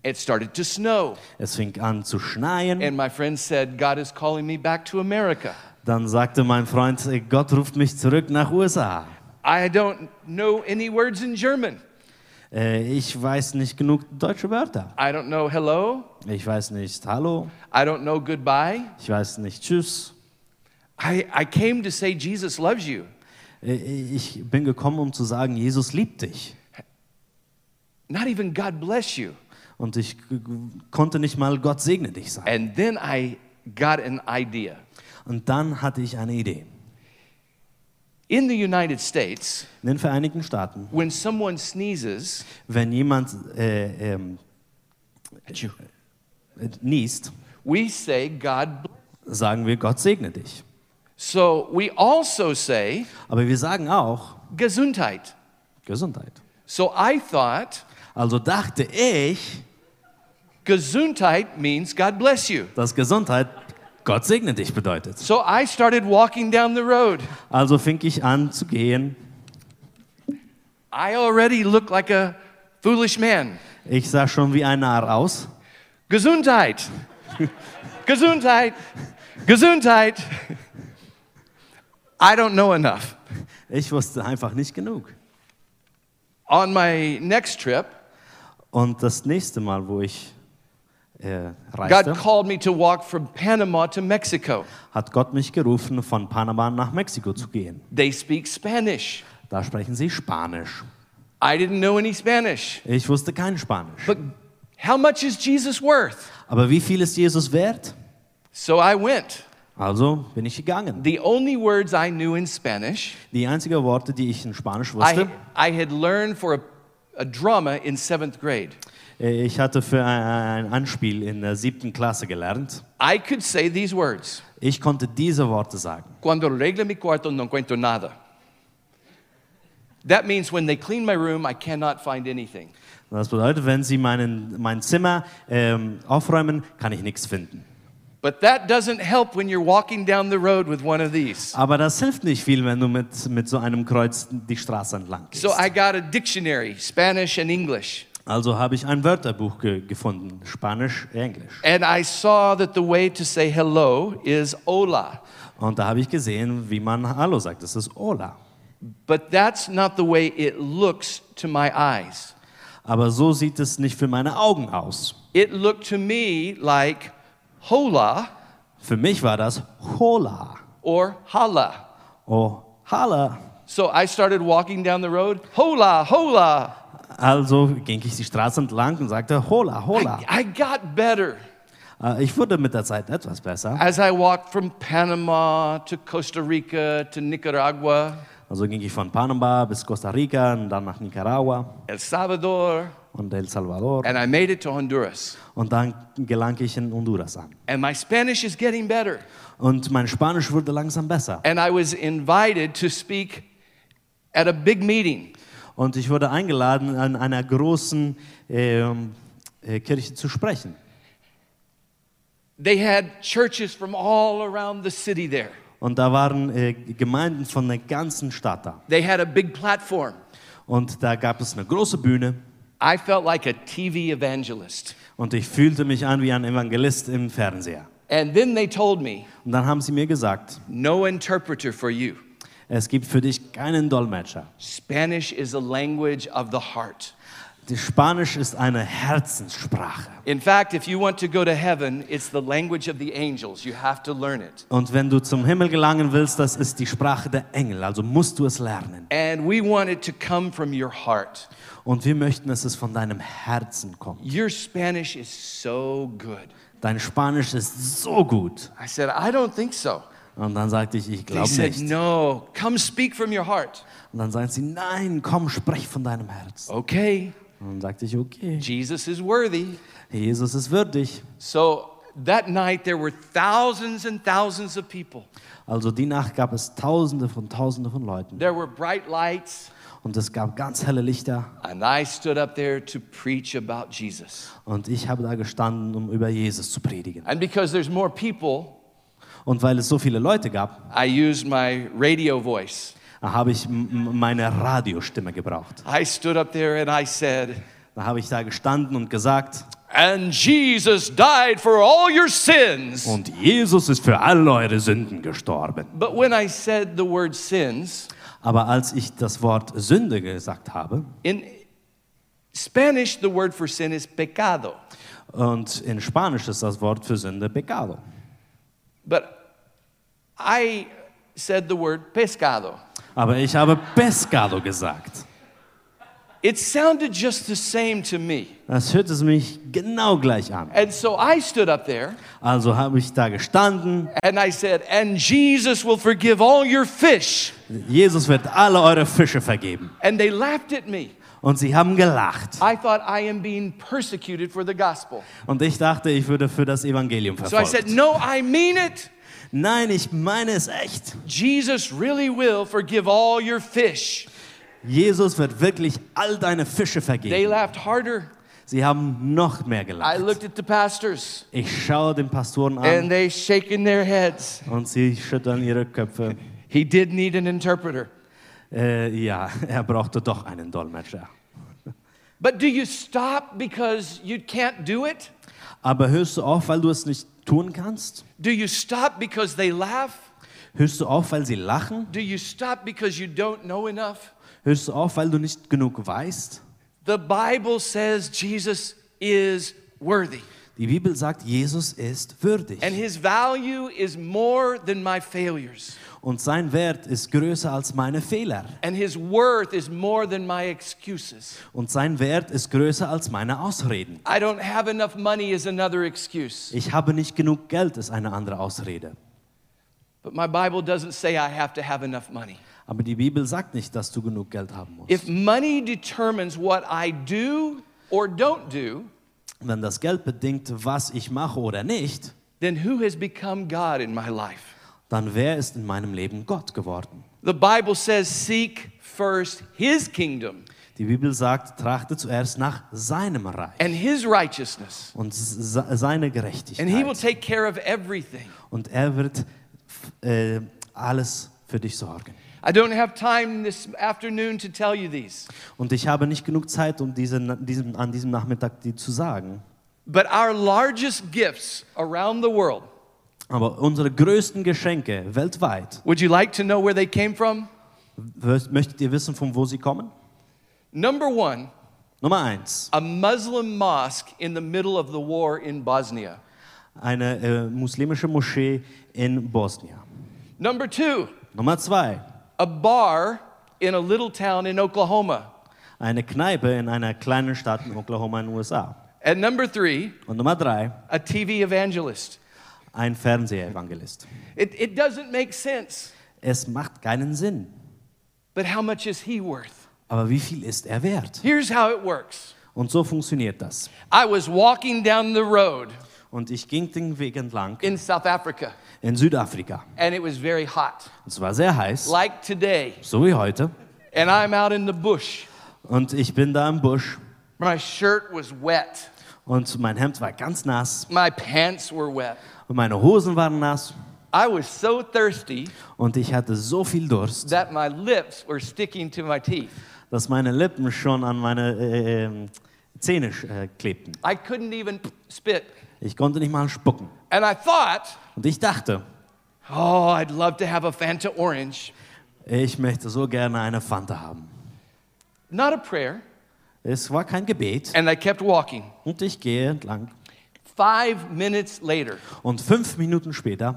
A: It started to snow.
B: es fing an zu schneien.
A: And my friend said, God is calling me back to America.
B: Dann sagte mein Freund, äh, Gott ruft mich zurück nach USA.
A: I don't know any words in German.
B: Äh, Ich weiß nicht genug deutsche Wörter.
A: I don't know hello.
B: Ich weiß nicht Hallo.
A: I don't know goodbye.
B: Ich weiß nicht Tschüss.
A: I, I came to say Jesus loves you.
B: Äh, Ich bin gekommen, um zu sagen, Jesus liebt dich.
A: Not even God bless you.
B: Und ich g- g- konnte nicht mal Gott segne dich sagen.
A: And then I got an idea.
B: Und dann hatte ich eine Idee.
A: In the United States,
B: In den Vereinigten Staaten,
A: when someone sneezes,
B: wenn jemand äh, ähm, äh, niest,
A: we say God. Bless.
B: sagen wir, Gott segne dich.
A: So we also say
B: Aber wir sagen auch
A: Gesundheit.
B: Gesundheit.
A: So I thought
B: Also dachte ich,
A: Gesundheit means God bless you.
B: dass Gesundheit Gott segne dich bedeutet.
A: So I started walking down the road.
B: Also fing ich an zu gehen.
A: I already looked like a foolish man.
B: Ich sah schon wie ein Narr aus.
A: Gesundheit. (laughs) Gesundheit. Gesundheit. I don't know enough.
B: Ich wusste einfach nicht genug.
A: On my next trip,
B: Und das nächste Mal, wo ich äh,
A: God
B: reiste,
A: called me to walk from Panama to Mexico.
B: hat Gott mich gerufen, von Panama nach Mexiko zu gehen.
A: They speak Spanish.
B: Da sprechen sie Spanisch.
A: I didn't know any Spanish.
B: Ich wusste kein Spanisch.
A: But how much is Jesus worth?
B: Aber wie viel ist Jesus wert?
A: So I went.
B: Also bin ich gegangen.
A: The only words I knew in Spanish,
B: Die einzigen Worte, die ich in Spanisch wusste,
A: I, I had learned for a, a drama in seventh grade.
B: äh, ich hatte für ein, ein Anspiel in der siebten Klasse gelernt.
A: I could say these words.
B: Ich konnte diese Worte sagen.
A: Cuando arregle mi cuarto no cuento nada. That means when they clean my room, I cannot find anything.
B: Das bedeutet, wenn sie meinen, mein Zimmer ähm, aufräumen, kann ich nichts finden.
A: But that doesn't help when you're walking down the road with one of these.
B: Aber das hilft nicht viel, wenn du mit, mit so einem Kreuz die Straße entlang gehst.
A: So I got a dictionary, Spanish and English.
B: also habe ich ein Wörterbuch ge gefunden, Spanisch, Englisch.
A: And I saw that the way to say hello is hola.
B: Und da habe ich gesehen, wie man Hallo sagt. Das ist Hola.
A: But that's not the way it looks to my eyes.
B: Aber so sieht es nicht für meine Augen aus.
A: It looked to me like hola
B: Für mich war das Hola.
A: or hala.
B: Oh, Hala.
A: So I started walking down the road, hola, hola.
B: Also ging ich die Straße entlang und sagte Hola, Hola.
A: I, I got better
B: Äh, Ich wurde mit der Zeit etwas besser.
A: as I walked from Panama to Costa Rica to Nicaragua,
B: Also ging ich von Panama bis Costa Rica und dann nach Nicaragua
A: El Salvador,
B: und El Salvador.
A: and I made it to Honduras.
B: Und dann gelang ich in Honduras an.
A: And my Spanish is getting better.
B: Und mein Spanisch wurde langsam besser.
A: And I was invited to speak at a big meeting.
B: Und ich wurde eingeladen, an einer großen ähm, äh, Kirche zu sprechen.
A: They had churches from all around the city there.
B: Und da waren äh, Gemeinden von der ganzen Stadt da.
A: They had a big platform.
B: Und da gab es eine große Bühne.
A: I felt like a TV evangelist.
B: Und ich fühlte mich an wie ein Evangelist im Fernseher.
A: And then they told me,
B: Und dann haben sie mir gesagt,
A: no interpreter for you.
B: es gibt für dich keinen Dolmetscher.
A: Spanish is a language of the heart.
B: Die Spanisch ist eine Herzenssprache.
A: In fact, if you want to go to heaven, it's the language of the angels. You have to learn it.
B: Und wenn du zum Himmel gelangen willst, das ist die Sprache der Engel. Also musst du es lernen.
A: And we want it to come from your heart.
B: Und wir möchten, dass es von deinem Herzen kommt.
A: Your Spanish is so good.
B: Dein Spanisch ist so gut.
A: I said, I don't think so.
B: Und dann sagte ich, ich
A: They
B: glaube
A: said,
B: nicht.
A: No, come speak from your heart.
B: Und dann sagt sie, nein, komm, sprich von deinem Herzen.
A: Okay,
B: Und dann sagte ich, okay,
A: Jesus is worthy.
B: Jesus ist würdig.
A: So that night, there were thousands and thousands of people.
B: Also die Nacht gab es Tausende von Tausende von Leuten.
A: There were bright lights.
B: Und es gab ganz helle Lichter.
A: And I stood up there to preach about Jesus.
B: Und ich habe da gestanden, um über Jesus zu predigen.
A: And because there's more people,
B: Und weil es so viele Leute gab,
A: I used my radio voice.
B: habe ich m- m- meine Radiostimme gebraucht.
A: I stood up there and I said,
B: Da habe ich da gestanden und gesagt,
A: And Jesus died for all your sins.
B: und Jesus ist für alle eure Sünden gestorben.
A: But when I said the word sins,
B: Aber als ich das Wort Sünde gesagt habe,
A: in Spanish, the word for sin is pecado.
B: und in Spanisch ist das Wort für Sünde pecado.
A: But I said the word pescado.
B: Aber ich habe pescado gesagt.
A: It sounded just the same to me.
B: Das hört es mich genau gleich an.
A: And so I stood up there
B: Also habe ich da gestanden.
A: and I said, And Jesus will forgive all your fish.
B: Jesus wird alle eure Fische vergeben.
A: And they laughed at me.
B: Und sie haben gelacht.
A: I thought I am being persecuted for the gospel.
B: Und ich dachte, ich würde für das Evangelium
A: So I said,
B: verfolgt.
A: No, I mean it.
B: Nein, ich meine es echt.
A: Jesus really will forgive all your fish.
B: Jesus wird wirklich all deine Fische
A: They
B: vergeben.
A: laughed harder.
B: Sie haben noch mehr
A: I
B: gelacht.
A: looked at the pastors
B: Ich schaue den Pastoren
A: and
B: an
A: they shaking their heads.
B: und sie schüttern ihre Köpfe.
A: He did need an interpreter.
B: Äh, ja, (laughs) er brauchte doch einen Dolmetscher.
A: But do you stop because you can't do it?
B: Aber hörst du auf, weil du es nicht tun kannst?
A: Do you stop because they laugh?
B: Hörst du auf, weil sie lachen?
A: Do you stop because you don't know enough?
B: Hörst du auf, weil du nicht genug weißt?
A: The Bible says Jesus is worthy,
B: Die Bibel sagt, Jesus ist würdig.
A: and his value is more than my failures,
B: Und sein Wert ist größer als meine Fehler.
A: and his worth is more than my excuses.
B: Und sein Wert ist größer als meine Ausreden.
A: I don't have enough money is another excuse,
B: Ich habe nicht genug Geld, ist eine andere Ausrede.
A: but my Bible doesn't say I have to have enough money.
B: Aber die Bibel sagt nicht, dass du genug Geld haben musst.
A: If money determines what I do or don't do,
B: Wenn das Geld bedingt, was ich mache oder nicht,
A: then who has become God in my life?
B: dann wer ist in meinem Leben Gott geworden?
A: The Bible says, seek first his kingdom
B: Die Bibel sagt, trachte zuerst nach seinem Reich
A: and his righteousness,
B: und se- seiner
A: and he will
B: Gerechtigkeit.
A: take care of everything.
B: Und er wird f- äh, alles für dich sorgen.
A: I don't have time this afternoon to tell you these,
B: Und ich habe nicht genug Zeit, um diese, diesem, an diesem Nachmittag die zu sagen.
A: but our largest gifts around the world,
B: Aber unsere größten Geschenke weltweit,
A: would you like to know where they came from?
B: w- möchtet ihr wissen, von wo sie kommen?
A: Number one,
B: Nummer eins,
A: a Muslim mosque in the middle of the war in Bosnia.
B: eine äh, muslimische Moschee in Bosnien.
A: Number two,
B: Nummer zwei,
A: a bar in a little town in Oklahoma.
B: eine Kneipe in einer kleinen Stadt in Oklahoma in den USA.
A: And number three,
B: Und Nummer drei,
A: a TV evangelist.
B: ein Fernsehevangelist.
A: It, it doesn't make sense,
B: Es macht keinen Sinn.
A: but how much is he worth?
B: Aber wie viel ist er wert?
A: Here's how it works
B: Und so funktioniert das.
A: I was walking down the road
B: Und ich ging den Weg entlang
A: in South Africa,
B: in Südafrika.
A: and it was very hot,
B: Es war sehr heiß,
A: like today.
B: so wie heute.
A: And I'm out in the bush.
B: Und ich bin da im Busch
A: My shirt was wet,
B: und mein Hemd war ganz nass
A: my pants were wet.
B: und meine Hosen waren nass
A: I was so thirsty
B: und ich hatte so viel Durst,
A: that my lips were sticking to my teeth.
B: dass meine Lippen schon an meine äh, ähm, Zähne äh, klebten.
A: I couldn't even spit.
B: Ich konnte nicht mal spucken.
A: And I thought,
B: Und ich dachte,
A: oh, I'd love to have a Fanta orange.
B: ich möchte so gerne eine Fanta haben.
A: Not a prayer.
B: Es war kein Gebet
A: And I kept walking.
B: und ich gehe entlang.
A: Five minutes later,
B: Und fünf Minuten später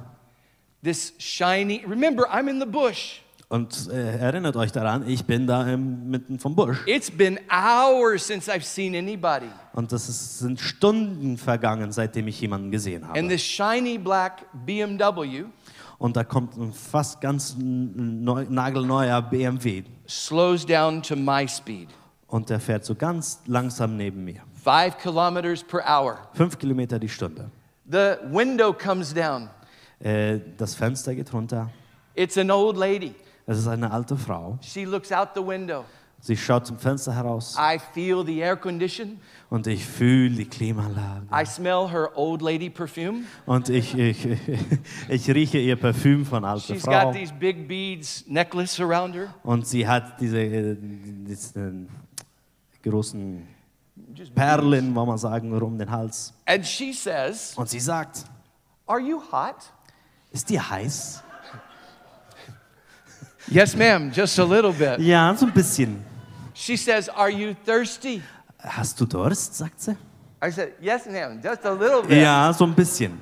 A: this shiny, remember, I'm in the bush.
B: Und äh, erinnert euch daran, ich bin da im, mitten vom Busch.
A: It's been hours since I've seen anybody.
B: Und das ist, sind Stunden vergangen, seitdem ich jemanden gesehen
A: And
B: habe.
A: this shiny black BMW
B: Und da kommt ein fast ganz n- neu, nagelneuer BMW
A: slows down to my speed,
B: und der fährt so ganz langsam neben mir.
A: five kilometers per hour.
B: Fünf Kilometer die Stunde.
A: The window comes down.
B: Äh, das Fenster geht runter.
A: It's an old lady.
B: Es ist eine alte Frau.
A: She looks out the window.
B: Sie schaut zum Fenster heraus
A: I feel the air condition.
B: und ich fühle die Klimaanlage.
A: I smell her old lady perfume.
B: Und ich, ich, (laughs) ich rieche ihr Parfüm von alter
A: She's
B: Frau.
A: got these big beads necklace around her.
B: Und sie hat diese, äh, diesen großen
A: Just
B: Perlen, wollen wir sagen, um den Hals.
A: And she says,
B: Und sie sagt,
A: Are you hot?
B: ist dir heiß?
A: Yes, ma'am, just a little bit.
B: Ja, so ein bisschen.
A: She says, Are you thirsty?
B: Hast du Durst, sagt sie.
A: I said, Yes, ma'am, just a little bit.
B: Ja, so ein bisschen.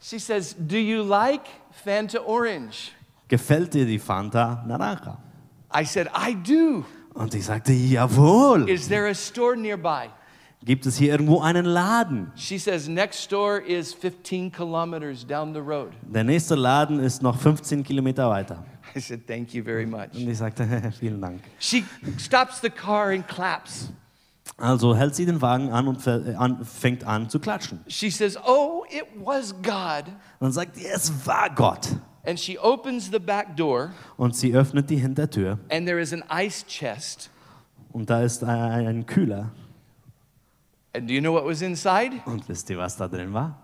A: She says, Do you like Fanta Orange?
B: Gefällt dir die Fanta Naranja?
A: I said, I do.
B: Und ich sagte, jawohl.
A: Is there a store nearby?
B: Gibt es hier irgendwo einen Laden?
A: She says, Next door is 15 kilometers down the road.
B: Der nächste Laden ist noch 15 Kilometer weiter.
A: I said, Thank you very much.
B: Und ich sagte, (laughs) vielen Dank.
A: She stops the car and claps.
B: Also hält sie den Wagen an und fä- äh, an- fängt an zu klatschen.
A: She says, Oh, it was God.
B: Und sagt, sie, es war Gott.
A: And she opens the back door,
B: Und sie öffnet die Hintertür
A: and there is an ice chest.
B: und da ist ein ein Kühler.
A: And do you know what was inside?
B: Und wisst ihr, was da drin war?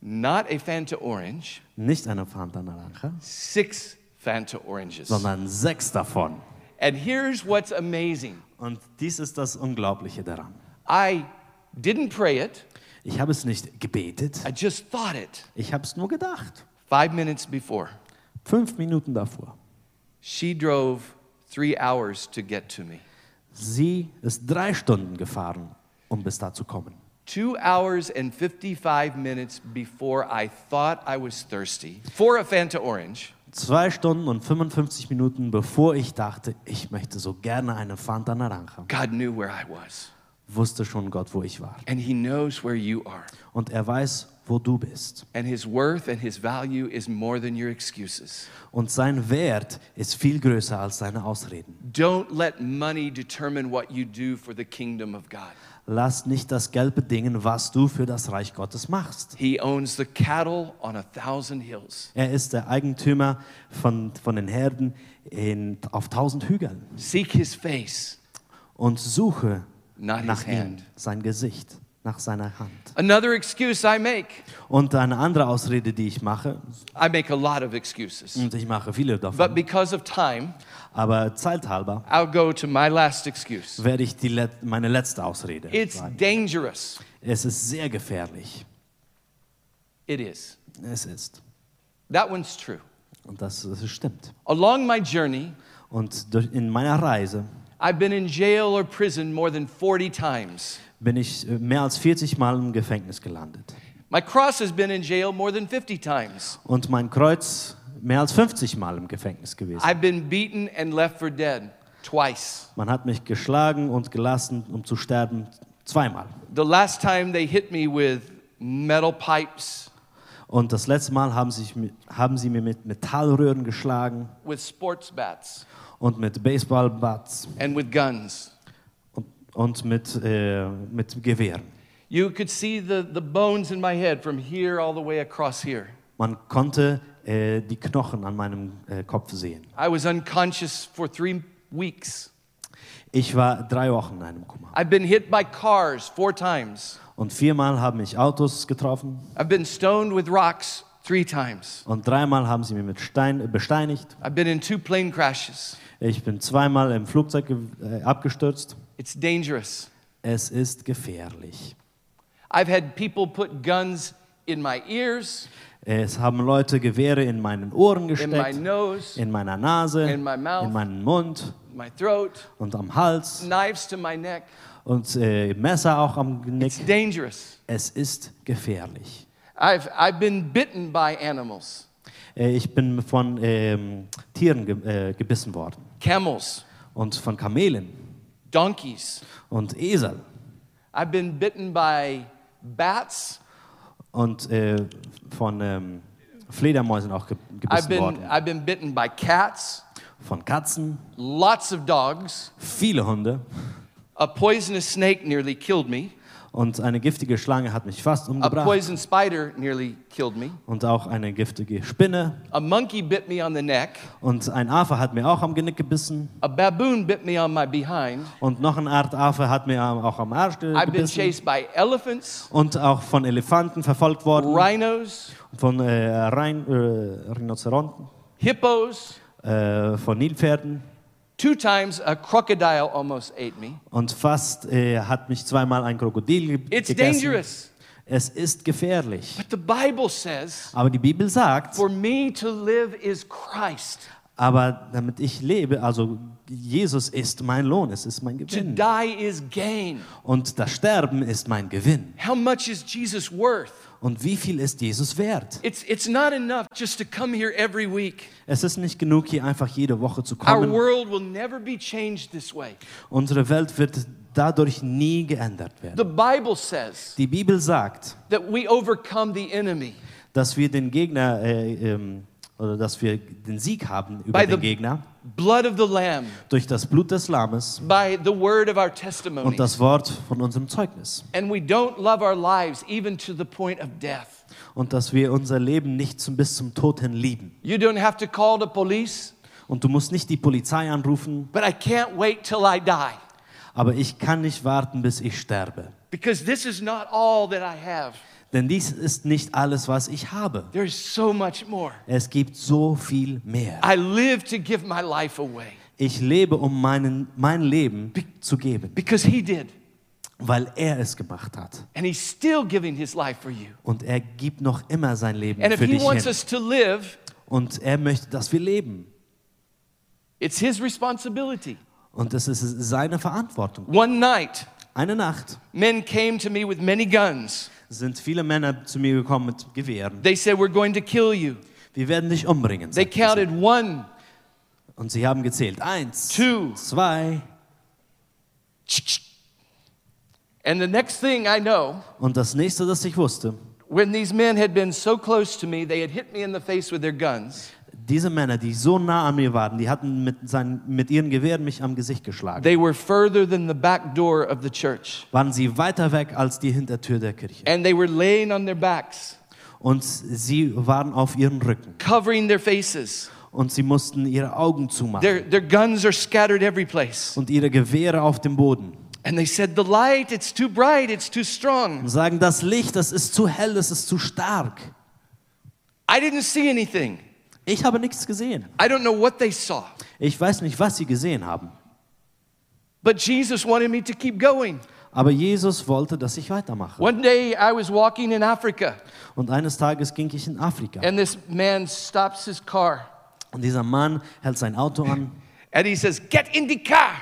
A: Not a Fanta orange,
B: Nicht eine Fanta Naranja,
A: six Fanta oranges.
B: sondern sechs davon.
A: And here's what's amazing
B: Und dies ist das Unglaubliche daran.
A: I didn't pray it,
B: Ich habe es nicht gebetet,
A: I just thought it.
B: ich habe es nur gedacht.
A: Five minutes before,
B: Fünf Minuten davor.
A: she drove three hours to get to me.
B: Sie ist drei Stunden gefahren, um bis da zu kommen.
A: Two hours and 55 minutes before I thought I was thirsty for a Fanta orange,
B: Zwei Stunden und 55 Minuten, bevor ich dachte, ich möchte so gerne eine Fanta Naranja,
A: God knew where I was,
B: wusste schon Gott, wo ich war.
A: and He knows where you are.
B: Und er weiß, wo du bist.
A: And His worth and His value is more than your excuses.
B: Und sein Wert ist viel größer als seine Ausreden.
A: Don't let money determine what you do for the kingdom of God.
B: Lass nicht das Geld bedingen, was du für das Reich Gottes machst.
A: He owns the cattle on a thousand hills.
B: Er ist der Eigentümer von, von den Herden in, auf tausend Hügeln
A: Seek his face,
B: und suche
A: not his
B: nach ihm,
A: hand.
B: sein Gesicht, nach seiner Hand.
A: Another excuse I make.
B: Und eine andere Ausrede, die ich mache,
A: I make a lot of excuses.
B: und ich mache viele
A: But
B: davon,
A: because of time,
B: aber zeithalber
A: I'll go to my last excuse.
B: werde ich die let meine letzte Ausrede
A: It's
B: sagen.
A: dangerous.
B: Es ist sehr gefährlich.
A: It is.
B: Es ist.
A: That one's true.
B: Und das, das stimmt.
A: Along my journey,
B: Und durch, in meiner Reise
A: I've been in jail or prison more than 40 times.
B: bin ich äh, mehr als 40 Mal im Gefängnis gelandet.
A: My cross has been in jail more than 50 times.
B: Und mein Kreuz mehr als 50 Mal im Gefängnis gewesen.
A: I've been beaten and left for dead twice.
B: Man hat mich geschlagen und gelassen, um zu sterben, zweimal.
A: The last time they hit me with metal pipes,
B: Und das letzte Mal haben, sich, mi- haben sie mir mit Metallröhren geschlagen
A: with sports bats,
B: und mit Baseballbats
A: and with guns.
B: und, und mit, äh, mit Gewehren.
A: You could see the, the bones in my head from here all the way across here.
B: Man konnte äh, die Knochen an meinem äh, Kopf sehen.
A: I was unconscious for three weeks.
B: Ich war drei Wochen in einem Kummer.
A: I've been hit by cars four times.
B: Und viermal haben mich Autos getroffen
A: I've been stoned with rocks three times.
B: und dreimal haben sie mir mit Stein äh, besteinigt.
A: I've been in two plane crashes.
B: Ich bin zweimal im Flugzeug ge- äh, abgestürzt.
A: It's dangerous.
B: Es ist gefährlich.
A: I've had people put guns in my ears,
B: Es haben Leute Gewehre in meinen Ohren
A: in my
B: gesteckt,
A: nose,
B: in meiner Nase,
A: In my mouth.
B: in meinen Mund
A: my throat,
B: und am Hals
A: knives to my neck.
B: und äh, Messer auch am Genick.
A: It's dangerous.
B: Es ist gefährlich.
A: I've, I've been bitten by animals,
B: Äh, ich bin von ähm, Tieren ge äh, gebissen worden
A: camels,
B: und von Kamelen
A: donkeys.
B: und Esel
A: I've been bitten by bats.
B: und äh, von ähm, Fledermäusen auch ge
A: I've
B: gebissen
A: been,
B: worden.
A: I've been bitten by cats,
B: Von Katzen,
A: lots of dogs.
B: viele Hunde
A: A poisonous snake nearly killed me.
B: und eine giftige Schlange hat mich fast
A: A
B: umgebracht
A: poison spider nearly killed me.
B: und auch eine giftige Spinne
A: A monkey bit me on the neck.
B: Und ein Affe hat mir auch am Genick gebissen.
A: A baboon bit me on my behind.
B: Und noch eine Art Affe hat mir am- auch am Arsch ge-
A: I've been
B: gebissen.
A: chased by elephants,
B: Und auch von Elefanten verfolgt worden.
A: rhinos,
B: Von äh, Rhin, äh, Rhinozeronten,
A: hippos.
B: äh, von Nilpferden.
A: Two times a crocodile almost ate me.
B: Und fast äh, hat mich zweimal ein Krokodil ge
A: It's
B: gegessen.
A: dangerous.
B: Es ist gefährlich.
A: But the Bible says,
B: Aber die Bibel sagt,
A: for me to live is Christ,
B: aber damit ich lebe, also Jesus ist mein Lohn, es ist mein
A: to
B: Gewinn.
A: die is gain.
B: Und das Sterben ist mein Gewinn.
A: How much is Jesus worth?
B: Und wie viel ist Jesus wert?
A: It's, it's not enough just to come here every week.
B: Es ist nicht genug, hier einfach jede Woche zu
A: Our
B: kommen.
A: world will never be changed this way.
B: Unsere Welt wird dadurch nie geändert werden.
A: The Bible says
B: Die Bibel sagt,
A: that we overcome the enemy
B: dass wir den Gegner äh, ähm, oder dass wir den Sieg haben über
A: By the-
B: den Gegner
A: blood of the Lamb,
B: durch das Blut des Lammes
A: by the word of our testimony.
B: und das Wort von unserem Zeugnis
A: And we don't love our lives even to the point of death.
B: und dass wir unser Leben nicht zum, bis zum Tod hin lieben.
A: You don't have to call the police,
B: Und du musst nicht die Polizei anrufen,
A: but I can't wait till I die
B: aber ich kann nicht warten, bis ich sterbe.
A: because this is not all that I have.
B: Denn dies ist nicht alles, was ich habe.
A: There's so much more.
B: Es gibt so viel mehr.
A: I live to give my life away
B: Ich lebe, um meinen, mein Leben zu geben,
A: because He did,
B: weil er es gemacht hat.
A: and He's still giving His life for you.
B: Und er gibt noch immer sein Leben
A: And if
B: für
A: He
B: dich
A: wants
B: hin.
A: us to live,
B: Und er möchte, dass wir leben.
A: it's His responsibility.
B: Und es ist seine Verantwortung.
A: One night,
B: Eine Nacht
A: men came to me with many guns.
B: sind viele Männer zu mir gekommen mit Gewehren.
A: They said, We're going to kill you.
B: Wir werden dich umbringen.
A: They
B: sagten sie.
A: counted one,
B: Und sie haben gezählt. Eins,
A: Two.
B: zwei.
A: and the next thing I know,
B: Und das nächste, das ich wusste,
A: When these men had been so close to me, they had hit me in the face with their guns.
B: Diese Männer, die so nah an mir waren, die hatten mit, seinen, mit ihren Gewehren mich am Gesicht geschlagen.
A: They were further than the back door of the church,
B: Waren sie weiter weg als die Hintertür der Kirche.
A: and they were laying on their backs,
B: Und sie waren auf ihren Rücken.
A: covering their faces.
B: Und sie mussten ihre Augen
A: Their,
B: zumachen.
A: their guns are scattered every place.
B: Und ihre Gewehre auf dem Boden.
A: And they said, The light, it's too bright, it's too
B: Und
A: strong.
B: sagen, das Licht, das ist zu hell, das ist zu stark.
A: I didn't see anything.
B: Ich habe nichts gesehen.
A: I don't know what they saw.
B: Ich weiß nicht, was sie gesehen haben.
A: But Jesus wanted me to keep going.
B: Aber Jesus wollte, dass ich weitermache.
A: One day I was walking in Africa,
B: Und eines Tages ging ich in Afrika.
A: and this man stops his car
B: Und dieser Mann hält sein Auto an
A: and he says, Get in the car.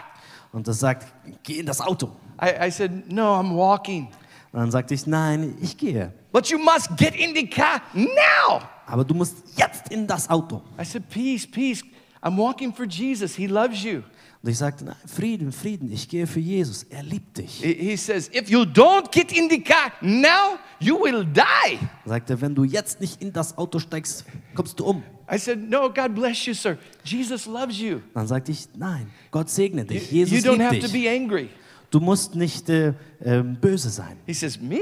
B: und das sagt, geh in das Auto.
A: I, I said, No, I'm walking.
B: Und dann sagte ich, nein, ich gehe.
A: But you must get in the car now.
B: Aber du musst jetzt in das Auto.
A: I said, Peace, peace. I'm walking for Jesus. He loves you.
B: Und ich sagte, nein, Frieden, Frieden, ich gehe für Jesus. Er liebt dich.
A: He he says, If you don't get in the car now, you will die.
B: Er sagte, wenn du jetzt nicht in das Auto steigst, kommst du um.
A: I said, No, God bless you, sir. Jesus loves you.
B: Dann sagte ich, nein, Gott segne dich.
A: You
B: Jesus
A: don't have
B: liebt
A: to
B: dich.
A: be angry.
B: Du musst nicht äh, ähm, böse sein.
A: He says, Me?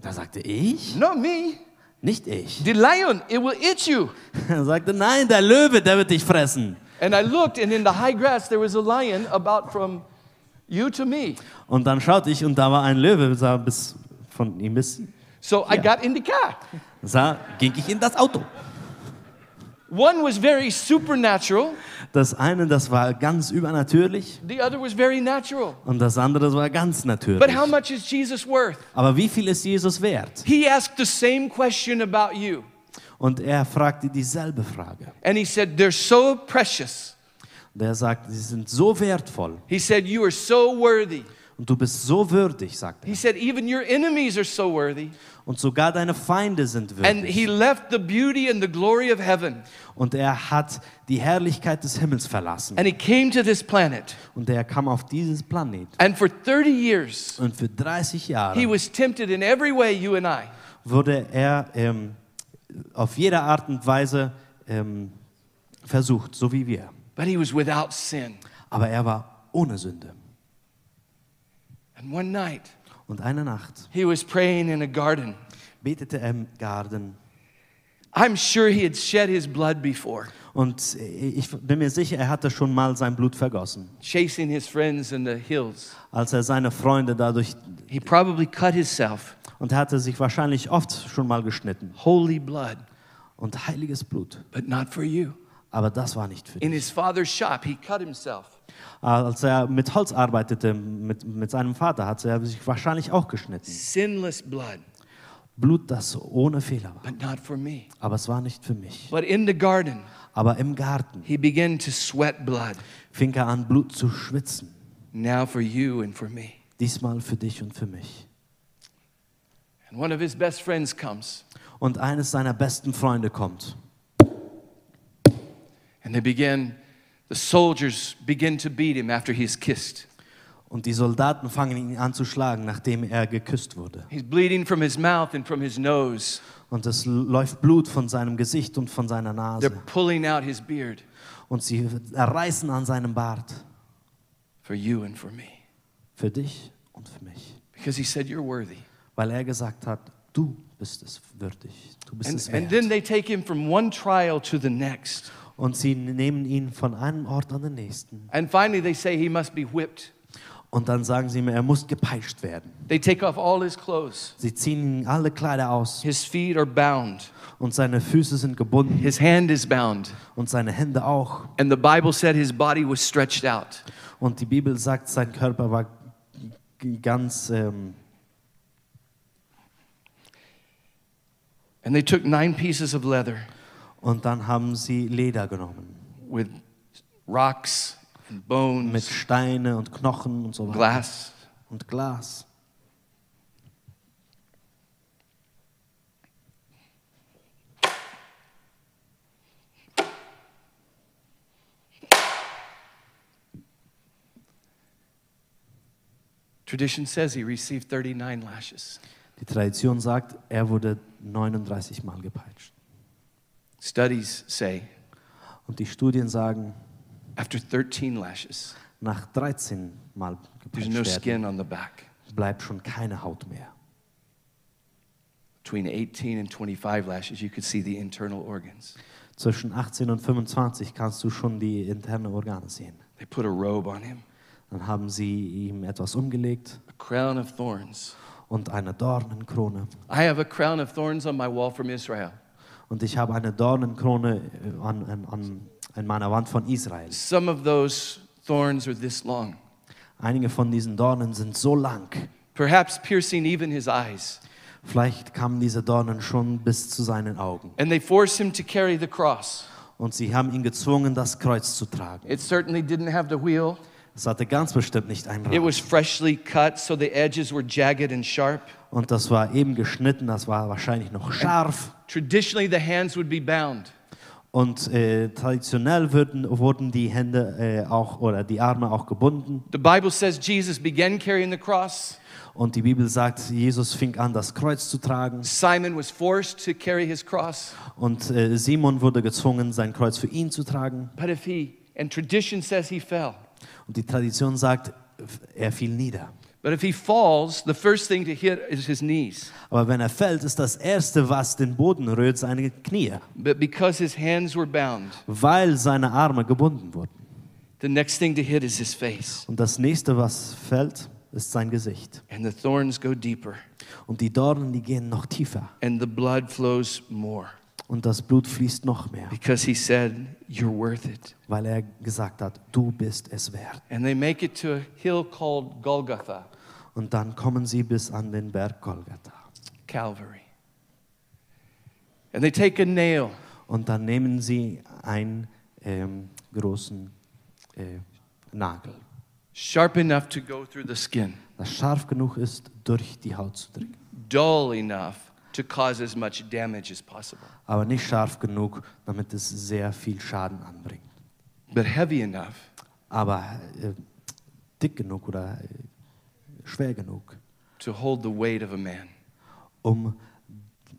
B: Da sagte ich,
A: Not me.
B: nicht ich. (laughs)
A: The lion, it will eat you.
B: Er sagte, nein, der Löwe, der wird dich fressen.
A: And I looked, and in the high grass, there was a lion about from you to me.
B: Und dann schaute ich und da war ein Löwe, sah bis von ihm bis
A: So I
B: Yeah.
A: got in the car.
B: sah, ging ich in das Auto.
A: One was very supernatural,
B: Das eine, das war ganz übernatürlich
A: the other was very natural.
B: und das andere, das war ganz natürlich.
A: But how much is Jesus worth?
B: Aber wie viel ist Jesus wert?
A: He asked the same question about you.
B: Und er fragte dieselbe Frage.
A: And he said, They're so precious.
B: Der sagt, sie sind so wertvoll
A: He said, You are so worthy.
B: und du bist so würdig, sagt
A: He
B: er.
A: said, Even your enemies are so worthy.
B: Und sogar deine Feinde sind
A: And he
B: würdig.
A: left the beauty and the glory of heaven.
B: Und er hat die Herrlichkeit des Himmels verlassen.
A: And he came to this planet.
B: Und er kam auf dieses Planet.
A: And for 30 years,
B: Und für 30
A: he
B: Jahre
A: was tempted in every way, you and I.
B: wurde er ähm, auf jede Art und Weise ähm, versucht, so wie wir.
A: But he was without sin.
B: Aber er war ohne Sünde.
A: And one night,
B: Und eine Nacht
A: he was praying in a garden.
B: betete er im Garten.
A: I'm sure he had shed his blood before,
B: Und ich bin mir sicher, er hatte schon mal sein Blut vergossen.
A: chasing his friends in the hills.
B: Als er seine Freunde dadurch.
A: He probably cut himself.
B: Und er hatte sich wahrscheinlich oft schon mal geschnitten.
A: Holy blood,
B: Und heiliges Blut.
A: but not for you.
B: Aber das war nicht für
A: In
B: ihn.
A: his father's shop, he cut himself.
B: Als er mit Holz arbeitete, mit, mit seinem Vater, hat er sich wahrscheinlich auch geschnitten.
A: Sinless blood,
B: Blut, das ohne Fehler war.
A: but not for me.
B: Aber es war nicht für mich.
A: But in the garden,
B: Aber im Garten
A: he began to sweat blood.
B: fing er an, Blut zu schwitzen.
A: Now for you and for me.
B: Diesmal für dich und für mich.
A: And one of his best friends comes,
B: Und eines seiner besten Freunde kommt.
A: and they begin, the soldiers begin to beat him after he's kissed.
B: Und die Soldaten fangen ihn an zu schlagen, nachdem er geküsst wurde.
A: He's bleeding from his mouth and from his nose.
B: Und es läuft Blut von seinem Gesicht und von seiner
A: They're
B: Nase.
A: pulling out his beard
B: Und sie reißen an seinem Bart.
A: for you and for me
B: Für dich und für mich.
A: because he said, You're worthy.
B: Weil er gesagt hat, du bist es würdig. Du bist
A: And,
B: es
A: and
B: wert.
A: then they take him from one trial to the next.
B: und sie nehmen ihn von einem Ort an den nächsten.
A: And finally, they say he must be whipped.
B: Und dann sagen sie ihm, er muss gepeitscht werden.
A: They take off all his clothes.
B: Sie ziehen ihm alle Kleider aus
A: His feet are bound,
B: und seine Füße sind gebunden
A: his hand is bound.
B: und seine Hände auch.
A: And the Bible said his body was stretched out.
B: Und die Bibel sagt, sein Körper war g- ganz ähm,
A: And they took nine pieces of leather
B: Und dann haben sie Leder genommen.
A: with rocks and
B: Mit
A: bones,
B: Steine und Knochen und so weiter.
A: glass,
B: Und Glas.
A: Tradition says he received 39 lashes.
B: Die Tradition sagt, er wurde 39 Mal gepeitscht.
A: Studies say
B: Und die Studien sagen,
A: After 13 lashes,
B: nach 13 Mal
A: there's no
B: gepeitscht werden,
A: skin on the back.
B: bleibt schon keine Haut mehr.
A: Between 18 and 25 lashes, you could see the internal organs.
B: Zwischen 18 und 25 kannst du schon die internen Organe sehen.
A: They put a robe on him,
B: Dann haben sie ihm etwas umgelegt
A: a crown of thorns.
B: und eine Dornenkrone.
A: I have a crown of thorns on my wall from Israel.
B: Und ich habe eine Dornenkrone äh, an, an, an, an meiner Wand von Israel.
A: Some of those thorns are this long,
B: Einige von diesen Dornen sind so lang.
A: perhaps piercing even his eyes.
B: Vielleicht kamen diese Dornen schon bis zu seinen Augen.
A: And they force him to carry the cross.
B: Und sie haben ihn gezwungen, das Kreuz zu tragen.
A: It certainly didn't have the wheel.
B: Es hatte ganz bestimmt nicht ein
A: It was
B: Rad.
A: freshly cut, so the edges were jagged and sharp.
B: Und das war eben geschnitten, das war wahrscheinlich noch scharf.
A: Traditionally, the hands would be bound.
B: Und äh, traditionell würden, wurden die Hände äh, auch oder die Arme auch gebunden.
A: The Bible says Jesus began carrying the cross.
B: Und die Bibel sagt, Jesus fing an, das Kreuz zu tragen.
A: Simon was forced to carry his cross.
B: Und äh, Simon wurde gezwungen, sein Kreuz für ihn zu tragen.
A: But if he, and tradition says he fell,
B: Und die Tradition sagt, f- er fiel nieder.
A: but if he falls, the first thing to hit is his knees.
B: Aber wenn er fällt, ist das Erste, was den Boden rührt, seine Knie,
A: But because his hands were bound,
B: weil seine Arme gebunden wurden.
A: the next thing to hit is his face.
B: Und das Nächste, was fällt, ist sein Gesicht.
A: And the thorns go deeper,
B: Und die Dornen, die gehen noch tiefer.
A: and the blood flows more.
B: Und das Blut fließt noch mehr,
A: Because he said, You're worth it.
B: weil er gesagt hat, du bist es wert.
A: And they make it to a hill called Golgotha,
B: Und dann kommen sie bis an den Berg Golgatha.
A: Calvary. And they take a nail
B: Und dann nehmen sie einen ähm, großen äh, Nagel,
A: sharp enough to go through the skin,
B: das scharf genug ist, durch die Haut zu dringen.
A: dull enough to cause as much damage as possible,
B: Aber nicht scharf genug, damit es sehr viel Schaden anbringt.
A: but heavy enough
B: Aber äh, dick genug oder äh, schwer genug,
A: to hold the weight of a man.
B: um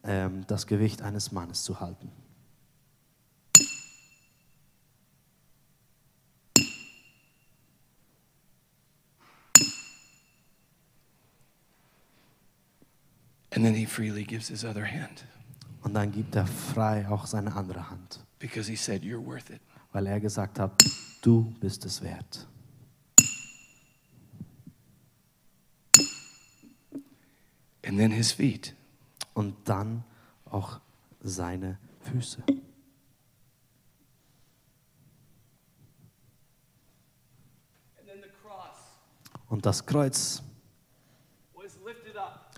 B: ähm, das Gewicht eines Mannes zu halten.
A: And then he freely gives his other hand
B: Und dann gibt er frei auch seine andere Hand,
A: because he said, You're worth it.
B: weil er gesagt hat, du bist es wert.
A: And then his feet.
B: Und dann auch seine Füße.
A: And then the cross
B: Und das Kreuz
A: was lifted up,